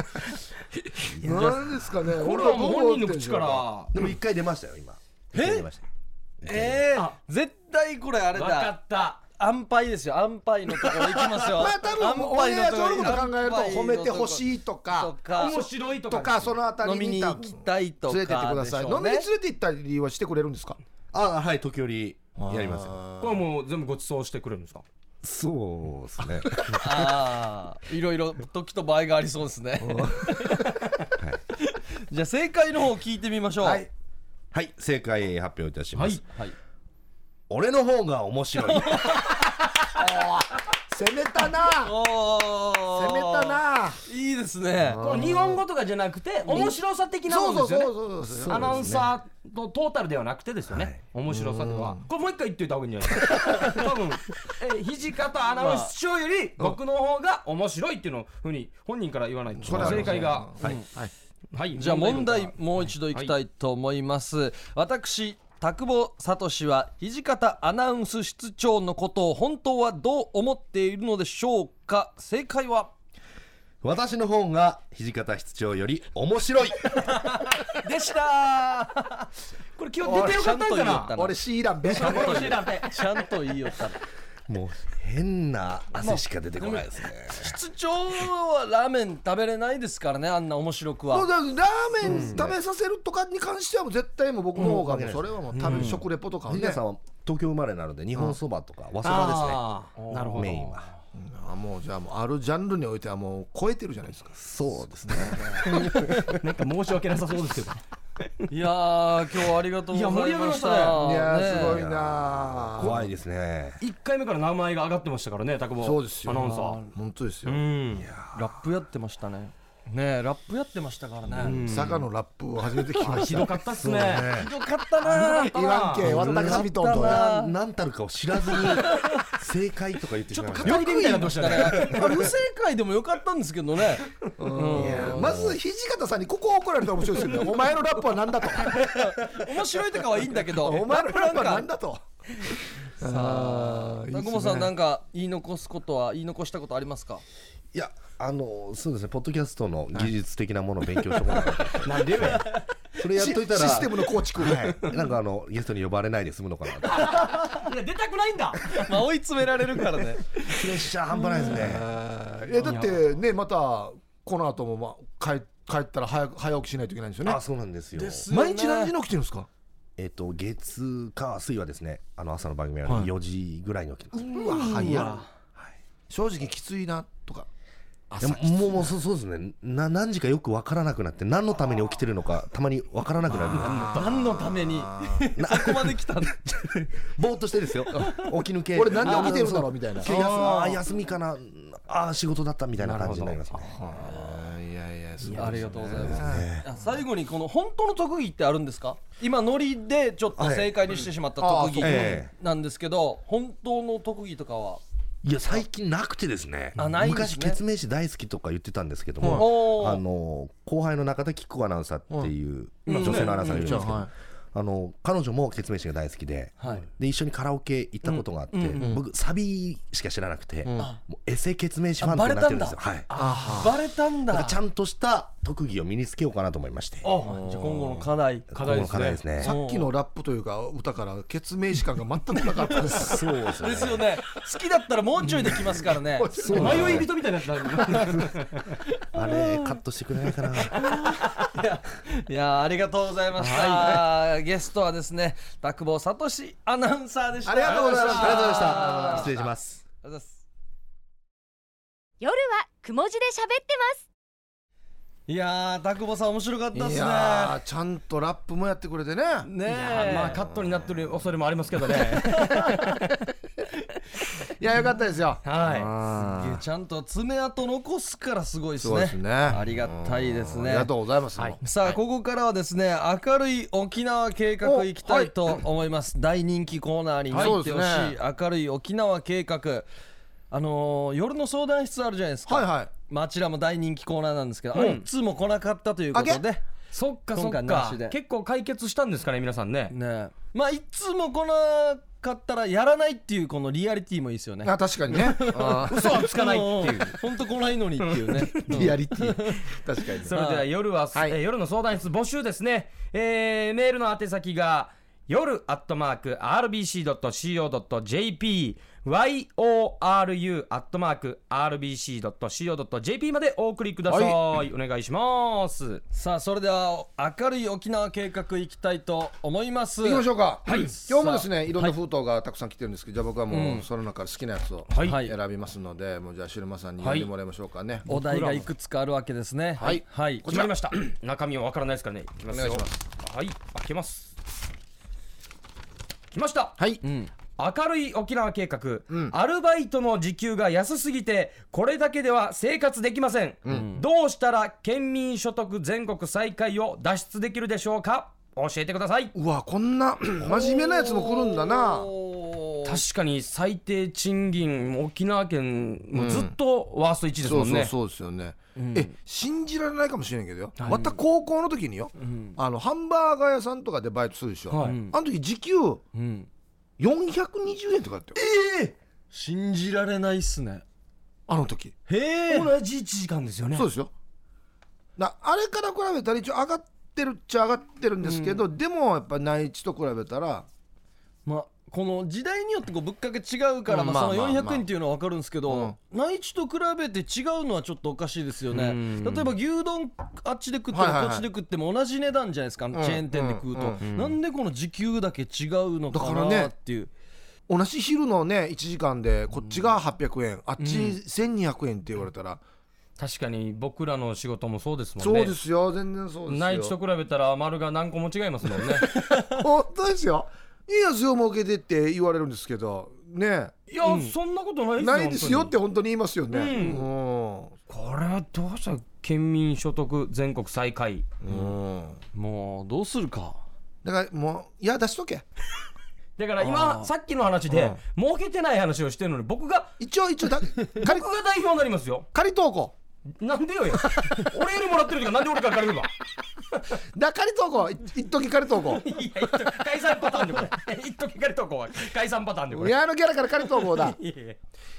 [SPEAKER 6] 何ですかね
[SPEAKER 3] これはもう本人の口から
[SPEAKER 5] でも一回出ましたよ今
[SPEAKER 1] え
[SPEAKER 5] 一回出ました
[SPEAKER 1] えー
[SPEAKER 3] あ、
[SPEAKER 1] 絶対これあれ
[SPEAKER 3] 分か
[SPEAKER 1] だ
[SPEAKER 3] った
[SPEAKER 1] 安牌ですよ安牌のところいきますよ
[SPEAKER 6] まあ多分俺がそういうこと考えると褒めてほしいと
[SPEAKER 1] と
[SPEAKER 6] か
[SPEAKER 1] か
[SPEAKER 3] 面白いとか
[SPEAKER 6] とかそのあたり
[SPEAKER 1] 飲みに
[SPEAKER 6] 多
[SPEAKER 1] 行
[SPEAKER 6] 分
[SPEAKER 1] きたいとか
[SPEAKER 6] 連れてってください。
[SPEAKER 1] で
[SPEAKER 6] 飲
[SPEAKER 1] しょう
[SPEAKER 6] みに
[SPEAKER 1] ね
[SPEAKER 6] 連れて行ったりはしてくれるんですか。
[SPEAKER 5] ああはい時折やりま
[SPEAKER 3] これはもう全部ご馳走してくれるんですか
[SPEAKER 5] すそうですね
[SPEAKER 1] ああ、いろいろ時と場合があり そうですね。じゃあ正解の方聞いてみましょう。
[SPEAKER 6] はい
[SPEAKER 5] はい正解発表いたします、
[SPEAKER 1] はい
[SPEAKER 5] 俺の方が面白い
[SPEAKER 6] 攻めたな
[SPEAKER 1] お
[SPEAKER 6] 攻めたない
[SPEAKER 1] いですね
[SPEAKER 3] この日本語とかじゃなくて面白さ的な
[SPEAKER 6] そ
[SPEAKER 3] も
[SPEAKER 6] うん
[SPEAKER 3] で
[SPEAKER 6] そう
[SPEAKER 3] すよね
[SPEAKER 6] そうそうそう
[SPEAKER 3] アナウンサーとトータルではなくてですよね、面白さではこれもう一回言っといた方がいいんじゃないですか 多分え土方アナウンス長より僕の方が面白いっていうのふうに本人から言わないと
[SPEAKER 6] それはあり
[SPEAKER 3] 正
[SPEAKER 6] ます
[SPEAKER 3] 解
[SPEAKER 6] ね
[SPEAKER 3] が、
[SPEAKER 5] はい
[SPEAKER 3] はい、
[SPEAKER 1] じゃあ問題
[SPEAKER 3] 文化
[SPEAKER 1] もう一度いきたいと思います、私田久保聡は土方アナウンス室長のことを本当はどう思っているのでしょうか正解は
[SPEAKER 5] 私の方が土方室長より面白い
[SPEAKER 1] でした
[SPEAKER 3] これ今日出てよかったんかな
[SPEAKER 6] 俺シーランベスト
[SPEAKER 1] ちゃんと言いよったな ちゃんと言いよったな
[SPEAKER 5] もう変な汗しか出てこないですね
[SPEAKER 1] 室長はラーメン食べれないですからねあんな面白く
[SPEAKER 6] そう
[SPEAKER 1] は
[SPEAKER 6] だラーメン食べさせるとかに関してはもう絶対もう僕の方がもうそれはもう食べる食レポとかはね
[SPEAKER 5] 皆さんは東京生まれなので日本そばとか和そば
[SPEAKER 3] あー
[SPEAKER 5] ですね
[SPEAKER 3] なるほど
[SPEAKER 5] メインは
[SPEAKER 6] あもうじゃあもうあるジャンルにおいてはもう超えてるじゃないですか
[SPEAKER 5] そうですね
[SPEAKER 3] なんか申し訳なさそうですけど
[SPEAKER 1] いやー今日はありがとうございました
[SPEAKER 3] いや盛り上がりました
[SPEAKER 6] いやー
[SPEAKER 1] ね
[SPEAKER 6] すごいなー
[SPEAKER 5] 怖いですね
[SPEAKER 3] 1回目から名前が上がってましたからね拓保
[SPEAKER 6] そうですよ
[SPEAKER 3] アナウンサー
[SPEAKER 6] 本当ですよ
[SPEAKER 3] うん
[SPEAKER 1] ラップやってましたねねえラップやってましたからね、
[SPEAKER 6] 坂のラップを初めて聞きまし
[SPEAKER 3] ひ
[SPEAKER 6] た
[SPEAKER 3] どかったっすね
[SPEAKER 1] ひどかったな
[SPEAKER 6] 言わんけ私ビトンと
[SPEAKER 1] あー
[SPEAKER 6] ね
[SPEAKER 5] 何たるかを知らずに正解とか言ってしまいました
[SPEAKER 3] 料理人みたいになってましたね
[SPEAKER 1] あれ不正解でもよかったんですけどね。うん
[SPEAKER 6] まず土方さんにここを怒られたら面白いですよねお前のラップは何だと
[SPEAKER 1] 面白いとかはいいんだけど。
[SPEAKER 6] お前のラップは何
[SPEAKER 1] だ。
[SPEAKER 6] だと
[SPEAKER 1] さあ、
[SPEAKER 6] いいっすね
[SPEAKER 1] タコモさんなんか言い残すことは言い残したことありますか。
[SPEAKER 5] いやあのそうですねポッドキャストの技術的なものを勉強してもらってなんでそれやっといた
[SPEAKER 6] システム
[SPEAKER 5] ら
[SPEAKER 6] の構築
[SPEAKER 5] なんかあのゲストに呼ばれないで済むのかなって
[SPEAKER 3] いや出たくないん だ
[SPEAKER 1] まあ追い詰められるからね。
[SPEAKER 5] プレッシャー半端ないですね
[SPEAKER 6] いやだってねまたこの後もまあ帰帰ったら早く早起きしないといけないんですよね
[SPEAKER 5] あそうなんですよ
[SPEAKER 6] 毎日何時に起きてるんですか
[SPEAKER 5] えっと月火水はですねあの朝の番組なので4時ぐらいに起きてます、
[SPEAKER 6] うわ早い正直きついなとか
[SPEAKER 5] でももうもうそうそうですねな何時かよく分からなくなって何のために起きてるのかたまに分からなくなる
[SPEAKER 1] 何のために。そこまで来たんだ。
[SPEAKER 5] ぼーっとしてです よ起き抜け
[SPEAKER 6] 俺なんで起きてるんだろうみたいな
[SPEAKER 5] 今日休あー休みかなあー仕事だったみたいな感じになりますね
[SPEAKER 6] いやいやす
[SPEAKER 1] ありがとうございます。あ最後にこの本当の特技ってあるんですか。今ノリでちょっと正解にしてしまった特技
[SPEAKER 5] はいあーそう
[SPEAKER 1] なんですけど、本当の特技とかは。
[SPEAKER 5] いや最近なくてですね
[SPEAKER 1] あないんです
[SPEAKER 5] 昔
[SPEAKER 1] ね
[SPEAKER 5] 決明詞大好きとか言ってたんですけど
[SPEAKER 1] お
[SPEAKER 5] も
[SPEAKER 1] ー
[SPEAKER 5] あの後輩の中田貴子アナウンサーっていう、女性のアナウンサーがいるんですけど、
[SPEAKER 6] はい
[SPEAKER 5] あの彼女も決明詞が大好きで,、
[SPEAKER 1] はい
[SPEAKER 5] で一緒にカラオケ行ったことがあって、僕サビしか知らなくて、もうエセ決明詞ファンってなってるんですよ、はい、だ
[SPEAKER 1] バレたん
[SPEAKER 5] から
[SPEAKER 1] だ。
[SPEAKER 5] ちゃんとした特技を身につけようかなと思いまして
[SPEAKER 1] あ、じゃあ今後の課題。
[SPEAKER 3] 課題です
[SPEAKER 5] ここの
[SPEAKER 3] ね
[SPEAKER 5] ですね
[SPEAKER 6] さっきのラップというか歌から決明時間が全くなかったです
[SPEAKER 5] そうですよ
[SPEAKER 1] で
[SPEAKER 5] ね
[SPEAKER 1] すよね。好きだったらもうちょいできますからね。
[SPEAKER 3] 迷い人みたいになってた
[SPEAKER 5] あれカットしてくれないかな
[SPEAKER 1] いやーありがとうございました、ゲストはですね田久保聡アナウンサーでした
[SPEAKER 6] ありがとうございました
[SPEAKER 5] ありがとうございま
[SPEAKER 1] ありがと
[SPEAKER 5] した
[SPEAKER 1] うございました
[SPEAKER 5] 失礼します
[SPEAKER 1] ありがとうございます
[SPEAKER 4] 夜はくも字で喋ってます
[SPEAKER 1] いやー田久保さん面白かったで
[SPEAKER 6] い
[SPEAKER 1] すね
[SPEAKER 6] やーちゃんとラップもやってくれてね
[SPEAKER 1] ねえ
[SPEAKER 3] まあカットになってる恐れもありますけ どね
[SPEAKER 6] いやよかったですよ
[SPEAKER 3] は
[SPEAKER 1] すげえ
[SPEAKER 6] あ
[SPEAKER 1] ちゃんと爪痕残すからすごいです
[SPEAKER 6] そう
[SPEAKER 1] ね
[SPEAKER 6] ですね
[SPEAKER 1] ありがたいです
[SPEAKER 6] ーあ
[SPEAKER 1] ね
[SPEAKER 6] りがとうございます
[SPEAKER 1] さあ、ここからはですね明るい沖縄計画いきたいと思います、大人気コーナーに入ってほしい、
[SPEAKER 6] はいそうです
[SPEAKER 1] 明るい沖縄計画あのー夜の相談室あるじゃないですか、
[SPEAKER 6] はいはい
[SPEAKER 1] まああちらも大人気コーナーなんですけど、あいつも来なかったということで
[SPEAKER 3] いそっかそ
[SPEAKER 1] 今回
[SPEAKER 3] っ
[SPEAKER 1] なし
[SPEAKER 3] か
[SPEAKER 1] で
[SPEAKER 3] 結構解決したんですかね皆さんね
[SPEAKER 1] ねまあいつも来なかったらやらないっていうこのリアリティもいいですよね
[SPEAKER 6] あ確かにねあー
[SPEAKER 3] 嘘はつかないっていう
[SPEAKER 1] う本当来ないのにっていうね
[SPEAKER 6] リアリティ 確かに
[SPEAKER 3] それでは夜は、えー夜の相談室募集ですね、えーメールの宛先が夜アットマーク RBC.CO.JP YORU アットマーク RBC.CO.JP までお送りください、お願いします
[SPEAKER 1] さあそれでは明るい沖縄計画いきたいと思います
[SPEAKER 6] 行きましょうか、
[SPEAKER 1] はい
[SPEAKER 6] 今日もですねいろんな封筒がたくさん来てるんですけど、じゃあ僕はもううその中から好きなやつを
[SPEAKER 1] いはい
[SPEAKER 6] 選びますので、もうじゃあシルマさんに読んでもらいましょうかね、
[SPEAKER 1] お題がいくつかあるわけですね
[SPEAKER 6] はい
[SPEAKER 1] はい
[SPEAKER 6] こ
[SPEAKER 3] 決まりました中身はわからないですからねいきますよ
[SPEAKER 6] お願いし
[SPEAKER 3] はい開けます来ました
[SPEAKER 5] はい
[SPEAKER 1] うん
[SPEAKER 3] 明るい沖縄計画、
[SPEAKER 5] うん
[SPEAKER 3] アルバイトの時給が安すぎてこれだけでは生活できません、どうしたら県民所得全国最下位を脱出できるでしょうか教えてくださいう
[SPEAKER 6] わこんな 真面目なやつも来るんだな
[SPEAKER 3] 確かに最低賃金沖縄県もずっとワースト1です
[SPEAKER 6] そ
[SPEAKER 3] も
[SPEAKER 6] うんそう
[SPEAKER 3] ね、
[SPEAKER 6] そうですよね、え信じられないかもしれんけどよ、また高校の時によ、あのハンバーガー屋さんとかでバイトするでしょ、
[SPEAKER 3] はい
[SPEAKER 6] あの時時給
[SPEAKER 1] うん
[SPEAKER 6] 420円とかだったよ
[SPEAKER 1] 信じられないっすね
[SPEAKER 6] あの時
[SPEAKER 1] へえ
[SPEAKER 3] 同じ1時間ですよね
[SPEAKER 6] そうですよなあれから比べたら一応上がってるっちゃ上がってるんですけど、でもやっぱ内地と比べたら
[SPEAKER 1] まあこの時代によってこうぶっかけ違うから、
[SPEAKER 6] うん
[SPEAKER 1] まあ、その
[SPEAKER 6] まあまあまあ
[SPEAKER 1] 400円っていうのは分かるんですけど、内地と比べて違うのはちょっとおかしいですよね
[SPEAKER 3] うん
[SPEAKER 1] 例えば牛丼あっちで食っても
[SPEAKER 6] はいはい
[SPEAKER 1] こ
[SPEAKER 6] はい
[SPEAKER 1] っちで食っても同じ値段じゃないですか、あのチェーン店で食うと、
[SPEAKER 6] うんうん
[SPEAKER 1] なんでこの時給だけ違うのか
[SPEAKER 6] だから
[SPEAKER 1] な
[SPEAKER 6] ね
[SPEAKER 1] っていう、
[SPEAKER 6] 同じ昼のね1時間でこっちが800円、あっち1200円って言われたら、
[SPEAKER 3] 確かに僕らの仕事もそうですもんね
[SPEAKER 6] そうですよ全然そうですよ
[SPEAKER 3] 内地と比べたら丸が何個も違いますもんね
[SPEAKER 6] 本当ですよいいやつよ儲けてって言われるんですけどね
[SPEAKER 3] いや、そんなことないですよ
[SPEAKER 6] ないですよ
[SPEAKER 3] 本
[SPEAKER 6] って本当に言いますよね、うん
[SPEAKER 3] 当にこれはどうしたら県民所得全国最下位
[SPEAKER 6] うん
[SPEAKER 1] もうどうするか
[SPEAKER 6] だからもういや出しとけ
[SPEAKER 3] だから今さっきの話で儲けてない話をしてるのに僕が
[SPEAKER 6] 一応一応だ 仮
[SPEAKER 3] 僕が代表になりますよ
[SPEAKER 6] 仮投稿
[SPEAKER 3] なんでよ や俺よりもらってるとかなんで俺から借りるか
[SPEAKER 6] だ仮投稿い一時仮投稿
[SPEAKER 3] いや一時解散パターンでこれ 一時借りとこは解散パターンでこれ
[SPEAKER 6] 親のギャラから仮投稿だ
[SPEAKER 3] いやいや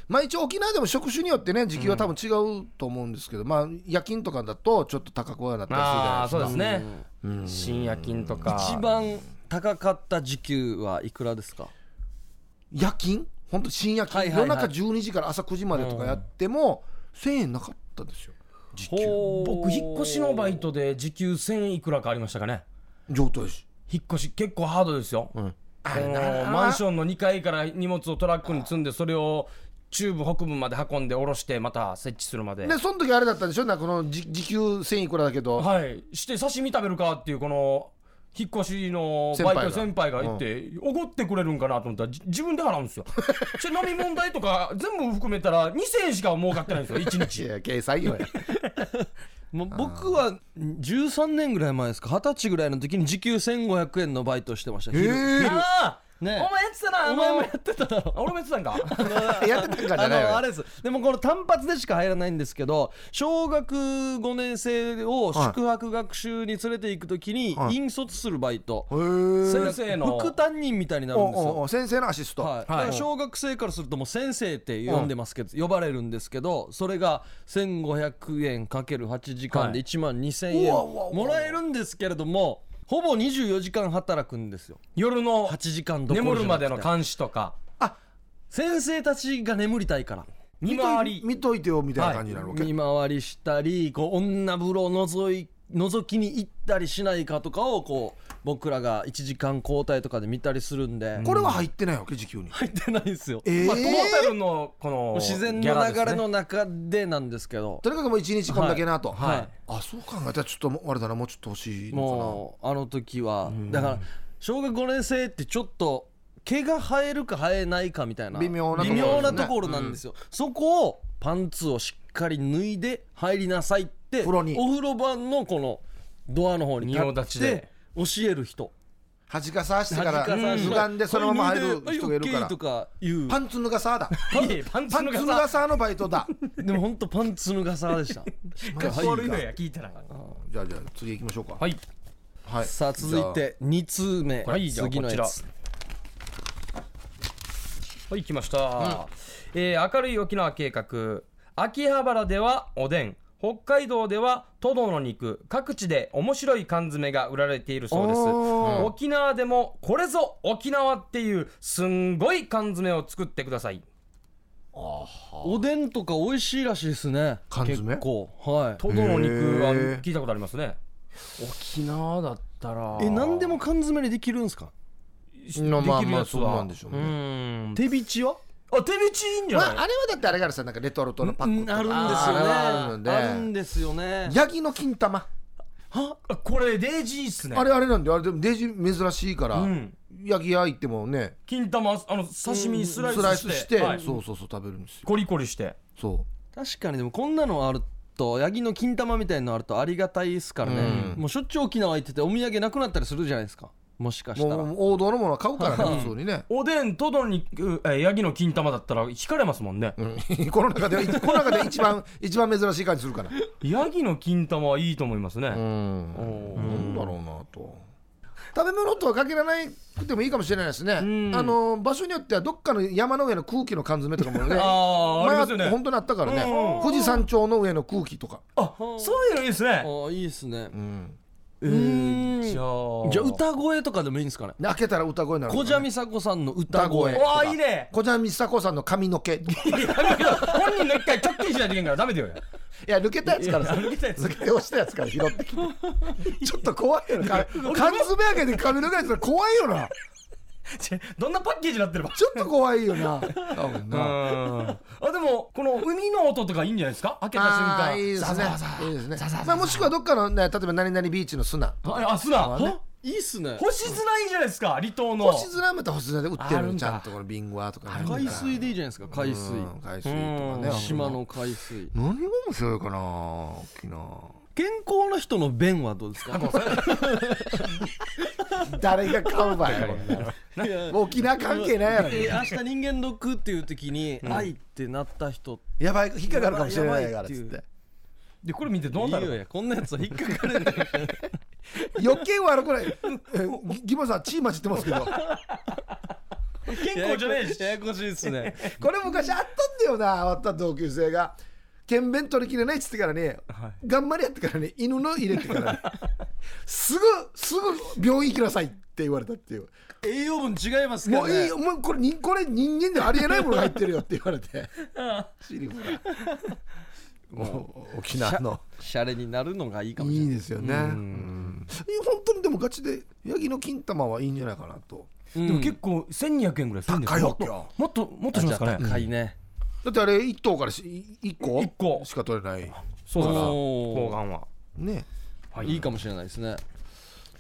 [SPEAKER 6] まあ一応沖縄でも職種によってね時給は多分違うと思うんですけど、まあ夜勤とかだとちょっと高くはなったりするじゃない
[SPEAKER 3] ああー
[SPEAKER 6] です
[SPEAKER 3] そ
[SPEAKER 6] か
[SPEAKER 3] うですね深夜勤とか
[SPEAKER 1] 一番高かった時給はいくらですか
[SPEAKER 6] 夜勤本当深夜勤、
[SPEAKER 1] はいはいはい
[SPEAKER 6] 夜中12時から朝9時までとかやっても、1000円なかったですよ
[SPEAKER 1] 時
[SPEAKER 3] 僕引っ越しのバイトで時給1000いくらかありましたかね
[SPEAKER 6] 上等です
[SPEAKER 3] 引っ越し結構ハードですよ、
[SPEAKER 6] あ
[SPEAKER 3] あ
[SPEAKER 6] れ
[SPEAKER 3] の
[SPEAKER 6] な
[SPEAKER 3] マンションの2階から荷物をトラックに積んでそれを中部北部まで運んで下ろしてまた設置するまで
[SPEAKER 6] でその時あれだったんでしょなんかこの時時給1000いくらだけど、
[SPEAKER 3] はいして刺身食べるかっていうこの引っ越しの
[SPEAKER 6] 先
[SPEAKER 3] バ
[SPEAKER 6] 輩
[SPEAKER 3] イ
[SPEAKER 6] が
[SPEAKER 3] ト先輩がいておごってくれるんかなと思ったらじ自分で払うん ですよそれ飲み問題とか全部含めたら2000円しか儲かって ないんですよ1
[SPEAKER 6] い
[SPEAKER 3] 日
[SPEAKER 6] や計算よや
[SPEAKER 1] もう僕は13年ぐらい前ですか二十歳ぐらいの時に時給1500円のバイトしてました昼
[SPEAKER 3] ああお
[SPEAKER 1] ね
[SPEAKER 3] 前やってたな
[SPEAKER 1] お前もやってただ ろ
[SPEAKER 3] 俺もやってたんか
[SPEAKER 6] やってたんかじ
[SPEAKER 1] あ
[SPEAKER 6] ゃない
[SPEAKER 1] のあ
[SPEAKER 6] わよ
[SPEAKER 1] れですでもこの単発でしか入らないんですけど小学5年生を宿泊学習に連れて行く時に
[SPEAKER 6] はい
[SPEAKER 1] 引率するバイト、
[SPEAKER 6] へー
[SPEAKER 3] 先生の
[SPEAKER 1] 副担任みたいになる
[SPEAKER 6] お
[SPEAKER 1] んです
[SPEAKER 6] うおうお
[SPEAKER 1] よ
[SPEAKER 6] う先生のアシスト、
[SPEAKER 1] はい、だから小学生からするともう先生って呼んでますけど、呼ばれるんですけどそれが1500円かける8時間で1万2000円
[SPEAKER 6] うわうわうわ
[SPEAKER 1] もらえるんですけれどもほぼ24時間働くんですよ
[SPEAKER 3] 夜の
[SPEAKER 1] 8時間どこ
[SPEAKER 3] 眠
[SPEAKER 1] ろじゃ
[SPEAKER 3] る
[SPEAKER 1] な
[SPEAKER 3] ま
[SPEAKER 1] くて
[SPEAKER 3] での監視とか
[SPEAKER 1] 先生たちが眠りたいから
[SPEAKER 3] 見
[SPEAKER 6] 見とい
[SPEAKER 3] 回り
[SPEAKER 6] 見といてよみたいな感じになるわけ、
[SPEAKER 1] 見回りしたりこう女風呂を覗い覗きに行ったりしないかとかをこう僕らが1時間交代とかで見たりするんで、
[SPEAKER 6] これは入ってないわけ時給に
[SPEAKER 1] 入ってないんですよ、
[SPEAKER 6] ええ
[SPEAKER 3] まあ、トータルのこの
[SPEAKER 1] 自然
[SPEAKER 3] ギャラ
[SPEAKER 1] の
[SPEAKER 3] です
[SPEAKER 1] 流
[SPEAKER 3] ね
[SPEAKER 1] れの中でなんですけど、
[SPEAKER 6] とにかくもう1日こんだけなと、
[SPEAKER 1] はいはい
[SPEAKER 6] あそう考えたらちょっともうあれだなもうちょっと欲しいの
[SPEAKER 1] もうあの時は、だから小学5年生ってちょっと毛が生えるか生えないかみたいな
[SPEAKER 6] 微妙なところですね
[SPEAKER 1] 微妙なところなんですよ、そこをパンツをしっかり脱いで入りなさいって
[SPEAKER 6] 風呂に
[SPEAKER 1] お風呂場のこのドアの方に
[SPEAKER 3] 仁王
[SPEAKER 1] 立
[SPEAKER 3] 立
[SPEAKER 1] っ
[SPEAKER 3] ち
[SPEAKER 1] て
[SPEAKER 3] で
[SPEAKER 1] 教える人
[SPEAKER 6] かな恥かさしてから
[SPEAKER 1] 恥かさして
[SPEAKER 6] 脱がんでそのまま入る人がいるか
[SPEAKER 1] はい OK
[SPEAKER 6] ら
[SPEAKER 1] とか言う
[SPEAKER 6] パンツ脱がさだ
[SPEAKER 3] いやパン
[SPEAKER 6] パ
[SPEAKER 3] ツ
[SPEAKER 6] ン
[SPEAKER 3] の
[SPEAKER 6] ツ脱
[SPEAKER 3] 傘
[SPEAKER 6] がさのバイトだ
[SPEAKER 1] でも本当パンツ脱がさでした
[SPEAKER 6] マジか
[SPEAKER 3] 悪いのや聞いてない
[SPEAKER 6] じゃあじゃあ次行きましょうか
[SPEAKER 3] はい
[SPEAKER 6] はい
[SPEAKER 1] さあ続いて2通目、
[SPEAKER 3] はいじゃあ
[SPEAKER 1] 次のやつ
[SPEAKER 3] こはい来ました、えー明るい沖縄計画秋葉原ではおでん北海道ではトドの肉各地で面白い缶詰が売られているそうです
[SPEAKER 1] おー
[SPEAKER 3] 沖縄でもこれぞ沖縄っていうすんごい缶詰を作ってください
[SPEAKER 1] おでんとか美味しいらしいですね
[SPEAKER 6] 缶詰
[SPEAKER 1] 結構はい
[SPEAKER 3] トドの肉は
[SPEAKER 6] へー
[SPEAKER 3] 聞いたことありますね沖縄だったら
[SPEAKER 1] え何でも缶詰にできるんですか
[SPEAKER 6] まあまあ
[SPEAKER 3] できるやつは
[SPEAKER 6] そうなんでしょうね
[SPEAKER 3] ん
[SPEAKER 1] 手びちは
[SPEAKER 3] あ手びちいいんじゃ
[SPEAKER 6] ま
[SPEAKER 3] な
[SPEAKER 6] あ
[SPEAKER 3] い、
[SPEAKER 6] あれはだってあれからさなんかレトルトのパ
[SPEAKER 1] あ
[SPEAKER 6] ッ
[SPEAKER 1] るん
[SPEAKER 6] ク
[SPEAKER 1] ですよね
[SPEAKER 6] とかあれはあ
[SPEAKER 1] あ
[SPEAKER 6] る
[SPEAKER 1] るん
[SPEAKER 6] んで
[SPEAKER 1] ですよね
[SPEAKER 6] ヤギの金玉
[SPEAKER 3] あこれデイジーっすね
[SPEAKER 6] あれあれなんであれでもデイジー珍しいから
[SPEAKER 3] ん
[SPEAKER 6] 焼き屋行ってもね
[SPEAKER 3] 金玉あの刺身にスライスして,、はい
[SPEAKER 6] そうそうそう食べるんですよ
[SPEAKER 3] コリコリして
[SPEAKER 6] そ
[SPEAKER 1] 確かにでもこんなのあるとヤギの金玉みたいのあるとありがたいですからね、
[SPEAKER 5] うん
[SPEAKER 1] もうしょっちゅう沖縄行っててお土産なくなったりするじゃないですかもしか
[SPEAKER 6] う
[SPEAKER 1] したら
[SPEAKER 6] もう王道のものは買うからね普通にね
[SPEAKER 3] おでんとどにえヤギの金玉だったら惹かれますもんね、
[SPEAKER 6] うん この中ではこの中で一番 一番珍しい感じするから
[SPEAKER 3] ヤギの金玉はいいと思いますね、
[SPEAKER 6] うん
[SPEAKER 1] おー
[SPEAKER 6] なんだろうなと食べ物とは限らなくてもいいかもしれないですね、
[SPEAKER 3] ん
[SPEAKER 6] あの場所によってはどっかの山の上の空気の缶詰とかもね
[SPEAKER 3] あーありますよね
[SPEAKER 6] 前は本当にあったからね、
[SPEAKER 3] うんうん
[SPEAKER 6] 富士山頂の上の空気とか、
[SPEAKER 3] あそういうのいいですね
[SPEAKER 1] ああいいですね
[SPEAKER 6] うん、
[SPEAKER 1] うーん
[SPEAKER 3] じゃあ
[SPEAKER 1] じゃあ歌声とかでもいいんですかね
[SPEAKER 6] で開けたら歌声になる
[SPEAKER 1] 小
[SPEAKER 6] から
[SPEAKER 1] 蛇
[SPEAKER 6] ね
[SPEAKER 1] 美佐子さんの歌声
[SPEAKER 6] 歌
[SPEAKER 3] わあいいね
[SPEAKER 6] 小蛇美佐子さんの髪の毛い
[SPEAKER 3] いやだけど本人の一回キャッキリしないといけんからダメだよ
[SPEAKER 6] や抜けたやつからさ
[SPEAKER 3] いや抜けたやつ
[SPEAKER 6] 抜け 落ちたやつから拾ってきてちょっと怖いよな か缶詰開けて髪の毛やつら怖いよな
[SPEAKER 3] ちょどんなパッケージになってれば
[SPEAKER 6] ちょっと怖いよな多分
[SPEAKER 3] う
[SPEAKER 6] な、
[SPEAKER 3] んあでもこの海の音とかいいんじゃないですか開けた瞬
[SPEAKER 6] あ
[SPEAKER 3] 間
[SPEAKER 6] ーいいですね
[SPEAKER 3] ザザザ
[SPEAKER 6] いいですね
[SPEAKER 3] ザザザ
[SPEAKER 6] まあもしくはどっかのね例えば何々ビーチの砂
[SPEAKER 3] ああ砂、
[SPEAKER 6] ね
[SPEAKER 1] いいっすね
[SPEAKER 3] 星砂いいじゃないですか離島の
[SPEAKER 6] 星砂また星砂で売って
[SPEAKER 3] あ
[SPEAKER 6] る
[SPEAKER 3] るん
[SPEAKER 6] のち
[SPEAKER 3] だ
[SPEAKER 6] ゃんとこのビンゴアとかね
[SPEAKER 1] 海水でいいじゃないですか海水
[SPEAKER 6] うん海水とかね
[SPEAKER 1] 島の海水
[SPEAKER 6] 何が面白いかな大きな
[SPEAKER 1] 健康な人の便はどうです か
[SPEAKER 6] 誰が買うばや沖縄関係ないやろ
[SPEAKER 1] えー明日人間ドックっていう時に愛ってなった人
[SPEAKER 6] やばい引っかかるかもしれないからっつ
[SPEAKER 1] やばい
[SPEAKER 6] っ
[SPEAKER 1] って
[SPEAKER 3] でこれ見てどう
[SPEAKER 1] いい
[SPEAKER 3] なる
[SPEAKER 1] よやこんなやつは引っかかれない
[SPEAKER 6] て余計悪くないえーぎギモさんチーマチってますけど
[SPEAKER 3] 健康じゃねえし
[SPEAKER 1] ややこしいっす ね
[SPEAKER 6] これ昔あったんだよな終わった同級生が検便取りきれないっつってからね、頑張りやってからね犬の入れてからねすぐすぐ病院行きなさいって言われたっていう
[SPEAKER 1] 栄養分違いますか
[SPEAKER 6] も
[SPEAKER 1] ら
[SPEAKER 6] ういい
[SPEAKER 1] ね
[SPEAKER 6] よもうこれ人これ人間ではありえないものが入ってるよって言われ てシリフがもう沖縄の
[SPEAKER 1] シャレになるのがいいかもしれない
[SPEAKER 6] いいですよねうんいや本当にでもガチでヤギの金玉はいいんじゃないかなと
[SPEAKER 1] うん
[SPEAKER 3] でも結構1200円ぐらいするんです
[SPEAKER 6] 高い
[SPEAKER 3] も
[SPEAKER 6] わ
[SPEAKER 3] っ
[SPEAKER 6] け
[SPEAKER 3] と
[SPEAKER 6] よ
[SPEAKER 3] もっともっとしますかね
[SPEAKER 1] 高いね
[SPEAKER 6] だってあれ1頭からし1個
[SPEAKER 3] 一個
[SPEAKER 6] しか取れない
[SPEAKER 3] そうだな
[SPEAKER 1] おー
[SPEAKER 3] 睾丸は
[SPEAKER 6] ね
[SPEAKER 1] いいかもしれないですね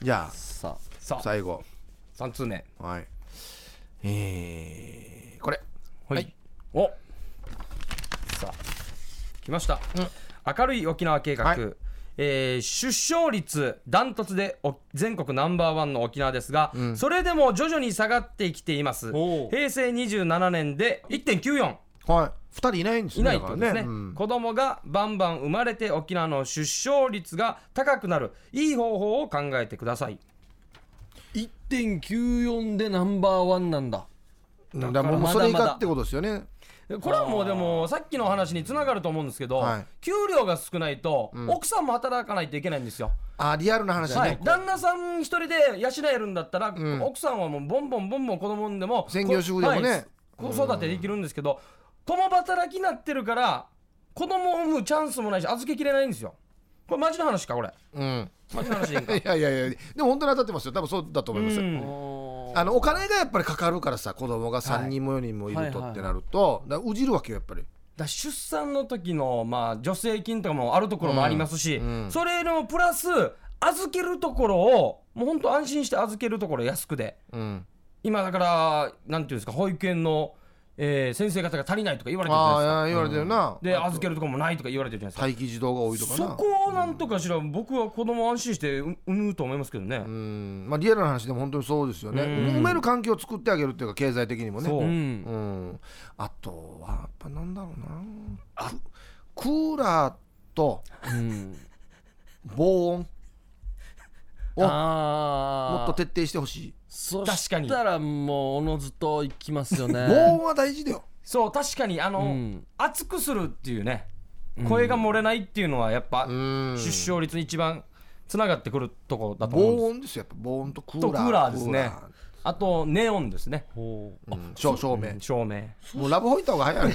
[SPEAKER 6] じゃ
[SPEAKER 1] さ
[SPEAKER 3] さ
[SPEAKER 6] あ
[SPEAKER 3] あ
[SPEAKER 6] 最後
[SPEAKER 3] 3通目
[SPEAKER 6] はい。えー、これ。
[SPEAKER 3] はい、おさあ来ました、明るい沖縄計画、
[SPEAKER 6] はい
[SPEAKER 3] えー出生率ダントツでお全国ナンバーワンの沖縄ですが、それでも徐々に下がってきています
[SPEAKER 1] おう
[SPEAKER 3] 平成27年で1.94
[SPEAKER 6] はい。二人いないんです
[SPEAKER 3] い
[SPEAKER 6] ね
[SPEAKER 3] ないってことですね
[SPEAKER 6] だからうん
[SPEAKER 3] 子供がバンバン生まれて沖縄の出生率が高くなるいい方法を考えてください
[SPEAKER 1] あ1.94でナンバーワンなんだ
[SPEAKER 6] だからもうもうそれ以下ってことですよね。
[SPEAKER 3] これはもうでもさっきの話につながると思うんですけど、
[SPEAKER 6] はい
[SPEAKER 3] 給料が少ないと奥さんも働かないといけないんですよ、
[SPEAKER 6] あ、リアルな話ね。
[SPEAKER 3] はい、旦那さん一人で養えるんだったら、奥さんはもうボンボンボンボン子供産んでも
[SPEAKER 6] 専業主婦でもね
[SPEAKER 3] こ子育てできるんですけど、共働きになってるから子供を産むチャンスもないし預けきれないんですよこれマジの話かこれ
[SPEAKER 6] うん。
[SPEAKER 3] マジの話でいいんか
[SPEAKER 6] いやいやいや、でも本当に当たってますよ。多分そうだと思いますよ。
[SPEAKER 3] うん
[SPEAKER 6] あのお金がやっぱりかかるからさ子供が3人も4人もいるとってなると、だからうじるわけよやっぱり
[SPEAKER 3] だ出産の時のまあ助成金とかもあるところもありますし、それのプラス預けるところをもう本当安心して預けるところ安くで
[SPEAKER 6] うん
[SPEAKER 3] 今だからなんていうんですか保育園の、えー先生方が足りないとか言われてるじゃないですか
[SPEAKER 6] ああ言われてるな、
[SPEAKER 3] で預けるとこもないとか言われてるじゃないですか
[SPEAKER 6] 待機児童が多いとか
[SPEAKER 3] そ
[SPEAKER 6] な
[SPEAKER 3] こをなんとかしら僕は子供安心してう産むと思いますけどね、
[SPEAKER 6] うんまあリアルな話でも本当にそうですよね
[SPEAKER 3] うん
[SPEAKER 6] 埋める環境を作ってあげるっていうか経済的にもね
[SPEAKER 3] そううん
[SPEAKER 6] うん、あとはやっぱなんだろうなククーラーと
[SPEAKER 1] うん
[SPEAKER 6] 防音お
[SPEAKER 1] ああ
[SPEAKER 6] もっと徹底してほしい
[SPEAKER 1] そ
[SPEAKER 3] 確かに
[SPEAKER 1] したらもうおのずと行きますよね
[SPEAKER 6] 防音は大事だよ
[SPEAKER 3] そう確かにあの、
[SPEAKER 1] うん
[SPEAKER 3] 熱くするっていうね声が漏れないっていうのはやっぱ
[SPEAKER 6] ん
[SPEAKER 3] 出生率に一番つながってくるところだと思うんです
[SPEAKER 6] 防音ですよやっぱ防音とクー
[SPEAKER 3] と
[SPEAKER 6] ラー
[SPEAKER 3] クーラーですね
[SPEAKER 6] クーラー
[SPEAKER 3] あとネオンですね
[SPEAKER 1] ほう
[SPEAKER 6] うん照照明
[SPEAKER 3] 照明
[SPEAKER 6] もうラブホイった方が早いね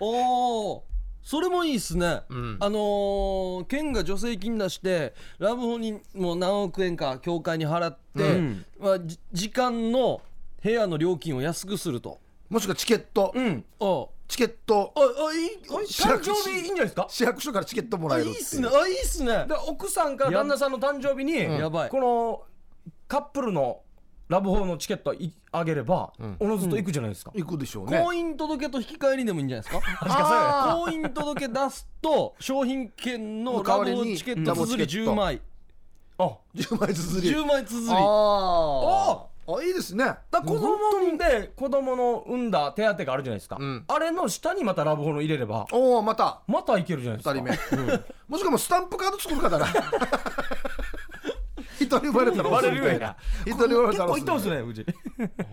[SPEAKER 1] おーそれもいいっすね、
[SPEAKER 6] ん
[SPEAKER 1] あのー県が助成金出してラブホにもう何億円か協会に払って、
[SPEAKER 3] うん
[SPEAKER 1] まあ、じ時間の部屋の料金を安くすると
[SPEAKER 6] もしくはチケット、
[SPEAKER 3] うん
[SPEAKER 1] あ
[SPEAKER 6] チケット
[SPEAKER 1] ああいいあ
[SPEAKER 6] 市
[SPEAKER 3] 誕
[SPEAKER 6] 役
[SPEAKER 3] 生日いいんじゃないですか
[SPEAKER 6] 市役所からチケットもら
[SPEAKER 1] あ
[SPEAKER 6] え
[SPEAKER 1] い
[SPEAKER 6] るっ
[SPEAKER 1] い
[SPEAKER 6] て
[SPEAKER 1] っ
[SPEAKER 6] いう
[SPEAKER 1] すねあいいっすね
[SPEAKER 3] で奥さんから旦那さんの誕生日に
[SPEAKER 1] やばい
[SPEAKER 3] このカップルのラブホのチケットいあげれば、おのずと行くじゃないですか、
[SPEAKER 6] 行くでしょうね
[SPEAKER 1] 婚姻届と引き換えにでもいいんじゃないですか
[SPEAKER 6] あ
[SPEAKER 1] 婚姻届出すと商品券のラ
[SPEAKER 6] 代わり
[SPEAKER 1] ブ
[SPEAKER 6] に
[SPEAKER 1] ホチケット綴り
[SPEAKER 6] うん
[SPEAKER 1] 10枚
[SPEAKER 3] あ
[SPEAKER 6] ー10枚ずつり
[SPEAKER 1] 10枚綴
[SPEAKER 6] あー
[SPEAKER 1] り
[SPEAKER 6] ああいいですね
[SPEAKER 3] だから子供で子供の産んだ手当があるじゃないですか、
[SPEAKER 6] うん
[SPEAKER 3] あれの下にまたラブホの入れれば
[SPEAKER 6] おおまた
[SPEAKER 3] またいけるじゃないですか
[SPEAKER 6] 2人目、もしくはもうスタンプカード作るかだ な人にバレたら
[SPEAKER 3] バレるよやな
[SPEAKER 6] 人にバレ
[SPEAKER 3] 結
[SPEAKER 6] たら
[SPEAKER 3] 構いってます
[SPEAKER 6] ね
[SPEAKER 3] ねうちあ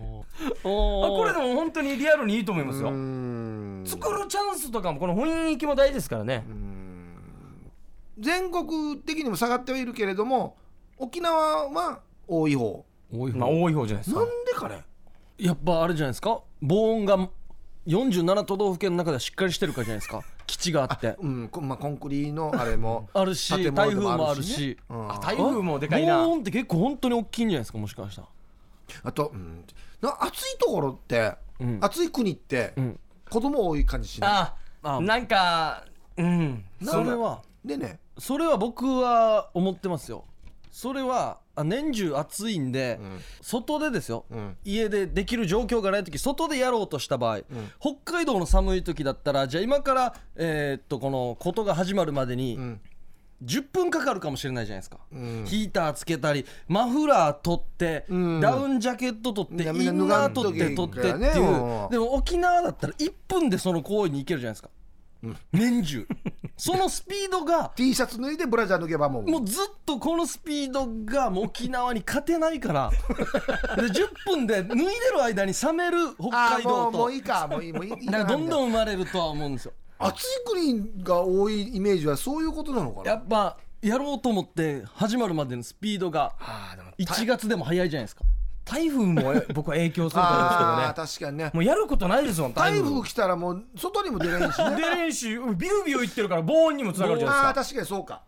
[SPEAKER 1] おー
[SPEAKER 3] これでも本当にリアルにいいと思いますよ
[SPEAKER 6] うん
[SPEAKER 3] 作るチャンスとかもこの雰囲気も大事ですからね
[SPEAKER 6] 全国的にも下がってはいるけれども沖縄は多い方
[SPEAKER 1] 多い方
[SPEAKER 3] まあ多い方じゃないです
[SPEAKER 6] な
[SPEAKER 3] か
[SPEAKER 6] んでかね
[SPEAKER 1] やっぱあれじゃないですか防音が47都道府県の中ではしっかりしてるからじゃないですか基地があって
[SPEAKER 6] うん、こまあ、コンクリのあれも
[SPEAKER 1] あるし
[SPEAKER 6] 建
[SPEAKER 1] 台風
[SPEAKER 6] 物
[SPEAKER 1] もあるし
[SPEAKER 6] ねうん
[SPEAKER 3] あ台風もでかいな
[SPEAKER 1] 防音って結構本当に大きいんじゃないですかもしかしたら
[SPEAKER 6] あと、うん、な暑いところって、
[SPEAKER 1] うん
[SPEAKER 6] 暑い国って、
[SPEAKER 1] ん
[SPEAKER 6] 子供多い感じしな
[SPEAKER 3] あ
[SPEAKER 1] あ
[SPEAKER 3] なんかうん
[SPEAKER 1] それはい
[SPEAKER 6] でね
[SPEAKER 1] それは僕は思ってますよそれはあ年中暑いんで、外でですよ、
[SPEAKER 6] ん
[SPEAKER 1] 家でできる状況がない時外でやろうとした場合、北海道の寒い時だったらじゃあ今から、えーっとこのことが始まるまでに、
[SPEAKER 6] ん
[SPEAKER 1] 10分かかるかもしれないじゃないですか、ヒーターつけたりマフラー取って、
[SPEAKER 6] ん
[SPEAKER 1] ダウンジャケット取ってイン
[SPEAKER 6] い
[SPEAKER 1] ナ
[SPEAKER 6] やみんな
[SPEAKER 1] ー取って
[SPEAKER 6] 脱
[SPEAKER 1] 取っ
[SPEAKER 6] がんと
[SPEAKER 1] て
[SPEAKER 6] き
[SPEAKER 1] っていう、
[SPEAKER 6] ゃいけんからねもう
[SPEAKER 1] でも沖縄だったら1分でその行為に行けるじゃないですか、年中そのスピードが
[SPEAKER 6] T シャツ脱いでブラジャー脱げばもう
[SPEAKER 1] もうずっとこのスピードがもう沖縄に勝てないからで10分で脱いでる間に冷める北
[SPEAKER 6] あ
[SPEAKER 1] 海
[SPEAKER 6] ーも
[SPEAKER 1] 道
[SPEAKER 6] うも
[SPEAKER 1] と
[SPEAKER 6] ういいかもういいもういいいいか
[SPEAKER 1] なん
[SPEAKER 6] な
[SPEAKER 1] かどんど
[SPEAKER 6] み
[SPEAKER 1] ん生まれるとは思うんですよ
[SPEAKER 6] たいな暑い国が多いイメージはそういうことなのか
[SPEAKER 1] や
[SPEAKER 6] な
[SPEAKER 1] っぱやろうと思って始まるまでのスピードが
[SPEAKER 6] あーでも
[SPEAKER 1] 1月でも早いじゃないですか
[SPEAKER 3] 台風もえ僕は影響すると思うんですけど
[SPEAKER 6] あ
[SPEAKER 3] ね
[SPEAKER 6] ー確かにね
[SPEAKER 3] もうやることないですもん
[SPEAKER 6] 台風来たらもう外にも出れんし
[SPEAKER 3] 出
[SPEAKER 6] ね
[SPEAKER 3] れんしビュービューいってるから防音にもつながるじゃ
[SPEAKER 6] あ
[SPEAKER 3] な
[SPEAKER 6] あ
[SPEAKER 3] いで
[SPEAKER 6] 確かにそうか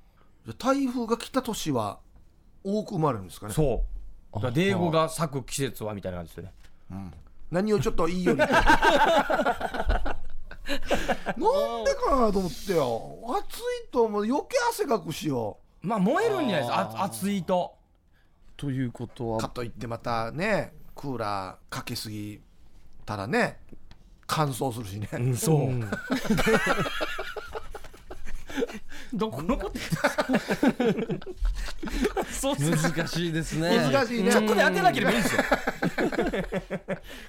[SPEAKER 6] 台風が来た年は多く生まれるんですかね
[SPEAKER 3] すかそうだからデーゴが咲く季節はみたいな感じですよね
[SPEAKER 6] 何をちょっといいようになんでかなと思ってよ暑いと思う余計汗かくしよ
[SPEAKER 3] まあ燃えるんじゃないですかあ暑いと
[SPEAKER 1] ということ
[SPEAKER 6] か
[SPEAKER 1] は
[SPEAKER 6] といってまたねクーラーかけすぎたらね乾燥するしね、
[SPEAKER 3] そう どこのこと
[SPEAKER 1] そう難しいですね
[SPEAKER 6] 難しいね
[SPEAKER 3] 直で当てなければいいんですよ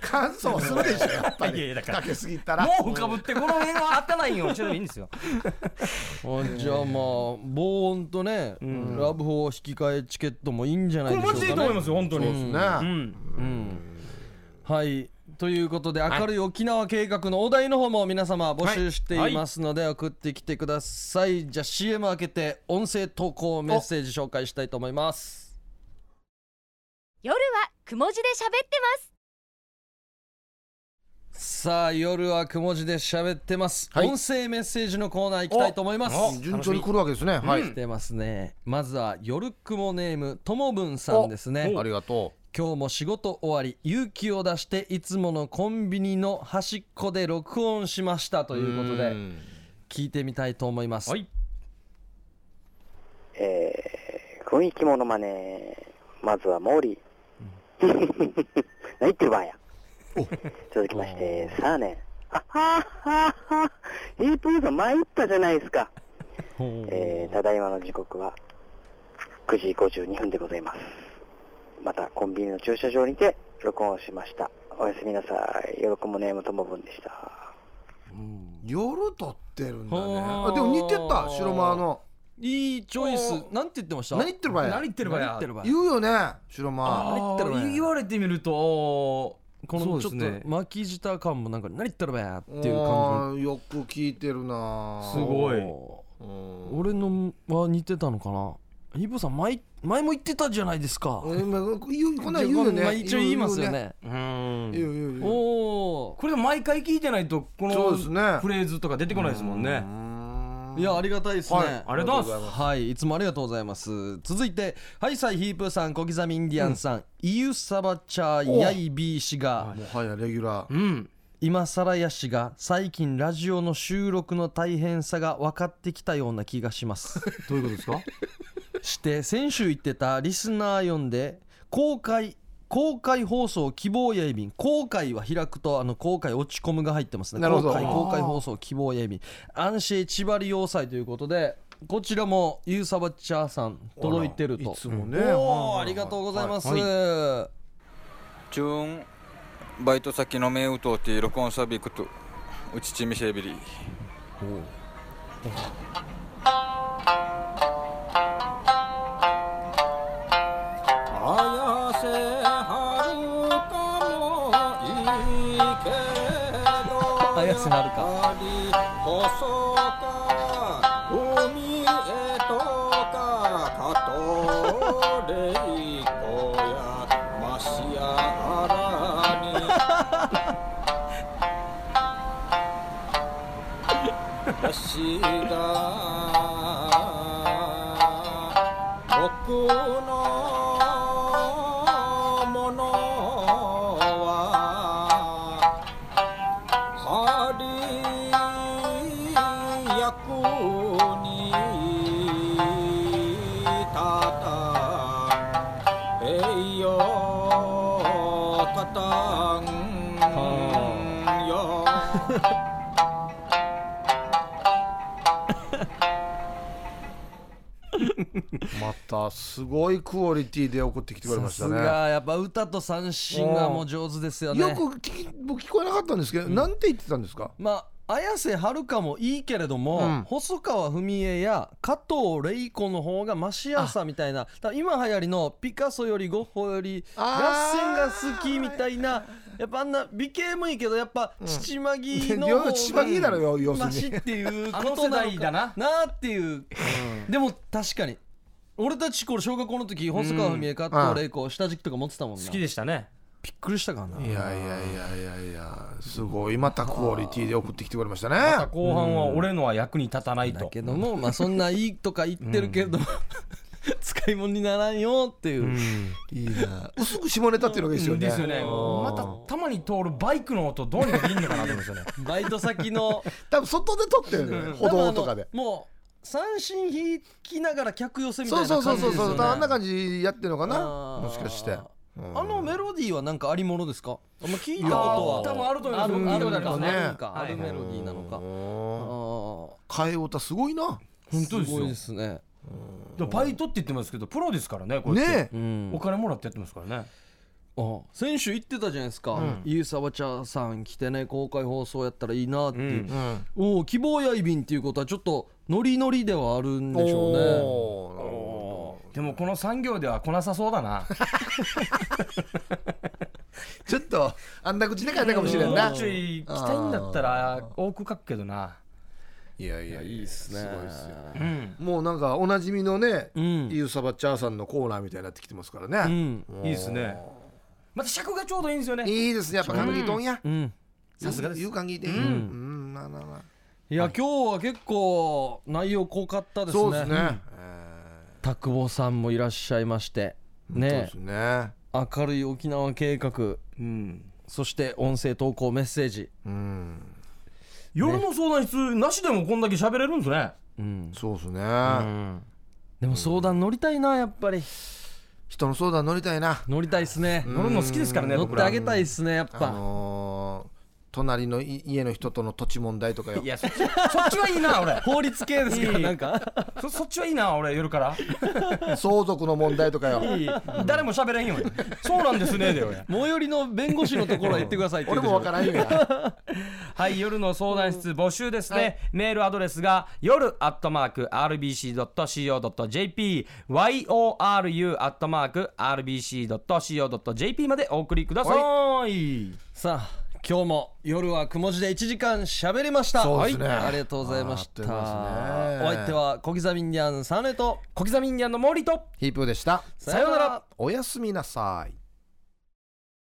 [SPEAKER 6] 乾燥するでしょやっぱ
[SPEAKER 3] いやいや
[SPEAKER 6] り
[SPEAKER 3] だか
[SPEAKER 6] からけすぎたら
[SPEAKER 3] 毛布かぶってこの辺は当たないようにしてればいいんですよ
[SPEAKER 1] あじゃあまあ防音とね、ラブホ引き換えチケットもいいんじゃない
[SPEAKER 3] こ
[SPEAKER 1] で
[SPEAKER 3] れ
[SPEAKER 1] しょうか、ね、
[SPEAKER 3] マジでいいと思いますよ本当にう
[SPEAKER 6] ね、
[SPEAKER 3] ん
[SPEAKER 1] はいということで明るい沖縄計画のお題の方も皆様募集していますので送ってきてくださいじゃあ CM 開けて音声投稿メッセージ紹介したいと思います
[SPEAKER 4] 夜はくも字で喋ってます
[SPEAKER 1] さあ夜はくも字で喋ってます、
[SPEAKER 6] はい
[SPEAKER 1] 音声メッセージのコーナー行きたいと思います
[SPEAKER 6] 順調に来るわけですね、はい、
[SPEAKER 1] 来てますねまずは夜雲ネームともぶんさんですね
[SPEAKER 6] ありがと
[SPEAKER 1] 今日も仕事終わり勇気を出していつものコンビニの端っこで録音しましたと
[SPEAKER 6] う
[SPEAKER 1] いうことで
[SPEAKER 6] ん
[SPEAKER 1] 聞いてみたいと思います、
[SPEAKER 3] はい
[SPEAKER 7] えー、雰囲気モノマネ、まずはモーリー。 何言ってるばんや。続きまして、サーネン。あはあはあはあ、えー、プーさん参ったじゃないですか。えー、ただいまの時刻は9時52分でございます。また、コンビニの駐車場にて録音をしました。おやすみなさい。喜もネームともぶんでした。
[SPEAKER 6] 夜撮ってるんだね
[SPEAKER 1] ほう
[SPEAKER 6] あでも似てた白間の
[SPEAKER 1] いいチョイスなんて言ってました
[SPEAKER 6] 何言ってるば
[SPEAKER 3] 何
[SPEAKER 6] や
[SPEAKER 3] 言ってればや
[SPEAKER 1] 何言ってるばや
[SPEAKER 6] 言うよね白間
[SPEAKER 3] あ
[SPEAKER 1] 何言ってるばや
[SPEAKER 3] ー言われてみるとこ
[SPEAKER 1] そ
[SPEAKER 3] の
[SPEAKER 1] う
[SPEAKER 3] ち
[SPEAKER 1] ち
[SPEAKER 3] ょ
[SPEAKER 1] ょ
[SPEAKER 3] っ
[SPEAKER 1] っ
[SPEAKER 3] と
[SPEAKER 1] と巻き舌感もなんか何言ってるばやっていう感じの
[SPEAKER 6] あーよく聞いてるな
[SPEAKER 3] すごい
[SPEAKER 6] うん
[SPEAKER 1] 俺のは似てたのかなイブさん前前も言ってたじゃないですか
[SPEAKER 6] 俺今言うこんなん言うよ
[SPEAKER 1] まあ
[SPEAKER 6] ね
[SPEAKER 1] 一応言いますよね
[SPEAKER 3] うん
[SPEAKER 6] 言う言う言
[SPEAKER 1] お
[SPEAKER 6] う言う
[SPEAKER 1] お
[SPEAKER 3] これで毎回聞いてないとこ
[SPEAKER 6] そうです
[SPEAKER 3] の
[SPEAKER 6] ね
[SPEAKER 3] フレーズとか出てこないですもんね
[SPEAKER 1] いやありがたいですね、
[SPEAKER 6] はい
[SPEAKER 3] ありがとうございます
[SPEAKER 1] はい、いつもありがとうございます。続いて、ハイサイヒープーさん、小刻みインディアンさん、イユサバチャーヤイビー氏が、
[SPEAKER 6] もはやレギュラー
[SPEAKER 3] うん
[SPEAKER 1] 今更や氏が、最近ラジオの収録の大変さが分かってきたような気がします。
[SPEAKER 3] どういうことですか
[SPEAKER 1] して、先週言ってたリスナー呼んで、公開、公開放送希望やいびん後悔は開くとあの後悔落ち込むが入ってますね
[SPEAKER 6] なるほど
[SPEAKER 1] 後悔公開放送希望やいびん安心千張り要塞ということでこちらもユーサバッチャーさん届いてると
[SPEAKER 6] いつもね
[SPEAKER 1] おーありがとうございます、
[SPEAKER 8] チューンバイト先の目を通って録音サビクとうちちみせびりあやせはるかもいいけど
[SPEAKER 1] 綾瀬はるか
[SPEAKER 8] やっぱり細か海へとかかとれいこやましやあらに私が僕のものは針役に立たん栄養たたんよ
[SPEAKER 6] またすごいクオリティで送ってきてくれま
[SPEAKER 1] さ
[SPEAKER 6] した
[SPEAKER 1] す
[SPEAKER 6] ね
[SPEAKER 1] がやっぱ歌と三振がもう上手ですよね
[SPEAKER 6] よく聞き僕聞こえなかったんですけど、なんて言ってたんですか
[SPEAKER 1] まあ綾瀬はるかもいいけれども、
[SPEAKER 6] うん
[SPEAKER 1] 細川文江や加藤玲子の方がマシやさみたいなだから今流行りのピカソよりゴッホより合
[SPEAKER 6] あ
[SPEAKER 1] 戦が
[SPEAKER 6] ー
[SPEAKER 1] 好きみたいなやっぱあんな美形もいいけどやっぱ父まぎ の
[SPEAKER 6] いや
[SPEAKER 1] 方が
[SPEAKER 6] 父まぎだろよ要する
[SPEAKER 1] マ
[SPEAKER 6] に
[SPEAKER 1] シっていうこ
[SPEAKER 3] あの
[SPEAKER 1] と
[SPEAKER 3] 世
[SPEAKER 1] なの
[SPEAKER 3] 代
[SPEAKER 1] か
[SPEAKER 3] だ
[SPEAKER 1] な
[SPEAKER 3] な
[SPEAKER 1] あっていう、でも確かに俺たちこれ小学校の時細川文江加藤玲子下敷きとか持ってたもんな
[SPEAKER 3] 好きでしたね
[SPEAKER 1] びっくりしたからない
[SPEAKER 6] やいやいやいやいやすごいまたクオリティで送ってきてくれましたね
[SPEAKER 3] 後半は俺のは役に立たないと
[SPEAKER 1] けども、まあそんないいとか言ってるけど、 使い物にならんよっていう、
[SPEAKER 6] いいな薄く下ネタっていうのがいいですよね
[SPEAKER 3] ですよねまたたまに通るバイクの音どうにかでいいのかなと思うんですよね
[SPEAKER 1] バイト先の
[SPEAKER 6] 多分外で撮ってるのよ歩道とかで
[SPEAKER 1] 多分あのもう三振引きながら客寄せみたい
[SPEAKER 6] そう
[SPEAKER 1] な感
[SPEAKER 6] そう
[SPEAKER 1] じで
[SPEAKER 6] そう
[SPEAKER 1] すよ
[SPEAKER 6] そう
[SPEAKER 1] ね
[SPEAKER 6] そうあんな感じやってるのかな
[SPEAKER 1] あー
[SPEAKER 6] もしかしてうん
[SPEAKER 1] あのメロディーはなんかありものですかあんま聞いたことは
[SPEAKER 3] 多分あると思い
[SPEAKER 1] あ
[SPEAKER 3] ます
[SPEAKER 1] る
[SPEAKER 3] 僕聞いたことあ
[SPEAKER 1] ある
[SPEAKER 3] ります
[SPEAKER 1] ね
[SPEAKER 3] ね
[SPEAKER 1] あるんかあ
[SPEAKER 3] はい
[SPEAKER 1] るメロディーなのか、
[SPEAKER 6] 替え歌すごいな
[SPEAKER 1] あ
[SPEAKER 3] 本当ですすよ
[SPEAKER 1] ごいですね
[SPEAKER 3] でバイトって言ってますけどプロですからねこうやって
[SPEAKER 6] ねえ
[SPEAKER 1] うん
[SPEAKER 3] お金もらってやってますからね
[SPEAKER 1] あ先週言ってたじゃないですか、ゆうさばちゃさん来てね公開放送やったらいいなっていう、
[SPEAKER 6] うん
[SPEAKER 1] おお希望やいびんっていうことはちょっとノリノリではあるんでしょうね
[SPEAKER 6] おーなるほ
[SPEAKER 3] でもこの産業では来なさそうだな
[SPEAKER 6] どちょっとあんな口で書いたかもしれんな
[SPEAKER 3] もうちょい来たいんだったら多く書くけどない
[SPEAKER 6] やいやいいっすねすごいっすよ
[SPEAKER 3] うん
[SPEAKER 6] もうなんかおなじみのね、
[SPEAKER 1] ん
[SPEAKER 6] ゆうさばっちゃーさんのコーナーみたいになってきてますから
[SPEAKER 1] う
[SPEAKER 6] ね、
[SPEAKER 1] ん
[SPEAKER 3] いいですねまた尺がちょうどいいんですよね
[SPEAKER 6] いいですねやっぱ感激どんや
[SPEAKER 1] うん
[SPEAKER 6] さすがですゆう感激でうん、うん、まあまあま
[SPEAKER 1] いや、今日は結構内容濃かった
[SPEAKER 6] あ
[SPEAKER 1] ですね
[SPEAKER 6] そうですね、
[SPEAKER 1] 田久保さんもいらっしゃいまして
[SPEAKER 6] えーそう
[SPEAKER 1] ね
[SPEAKER 6] ですね
[SPEAKER 1] 明るい沖縄計画
[SPEAKER 3] うん
[SPEAKER 1] そして音声投稿メッセージ
[SPEAKER 6] うん
[SPEAKER 3] 夜の相談室なしでもこんだけ喋れるんですね
[SPEAKER 1] うん
[SPEAKER 6] そうですね、
[SPEAKER 1] でも相談乗りたいなやっぱり
[SPEAKER 6] 人の相談乗りたいな、
[SPEAKER 1] 乗りたいっすね
[SPEAKER 3] 乗るの好きですからね
[SPEAKER 1] 乗っ
[SPEAKER 3] 僕
[SPEAKER 1] て
[SPEAKER 3] ら
[SPEAKER 1] あげたいっすねやっ
[SPEAKER 6] あ
[SPEAKER 1] ぱ
[SPEAKER 6] のー隣のい家の人との土地問題とかよ
[SPEAKER 3] いやそっちそっちはいいな俺
[SPEAKER 1] 法律系ですけど
[SPEAKER 3] いい
[SPEAKER 1] なんか
[SPEAKER 3] そ そっちはいいな俺夜から
[SPEAKER 6] 相続の問題とかよ
[SPEAKER 3] いい誰も喋れんよ俺そうなんですねで 俺
[SPEAKER 1] 最寄りの弁護士のところへ行ってくださいって言
[SPEAKER 6] 俺
[SPEAKER 1] うでしょ
[SPEAKER 6] もわから んよや
[SPEAKER 3] はい夜の相談室募集ですね、メールアドレスが夜アットマーク RBC.CO.JP YORU アットマーク RBC.CO.JP までお送りください、
[SPEAKER 1] さあ今日も夜はくも字で1時間しゃべりました
[SPEAKER 6] そうですね
[SPEAKER 1] はいありがとうございました
[SPEAKER 6] あーあっという間ですね
[SPEAKER 1] お相手は小刻みインディアンサネと
[SPEAKER 3] 小刻みインディアンの森と
[SPEAKER 6] ヒープーでした
[SPEAKER 3] さようなら
[SPEAKER 6] おやすみなさい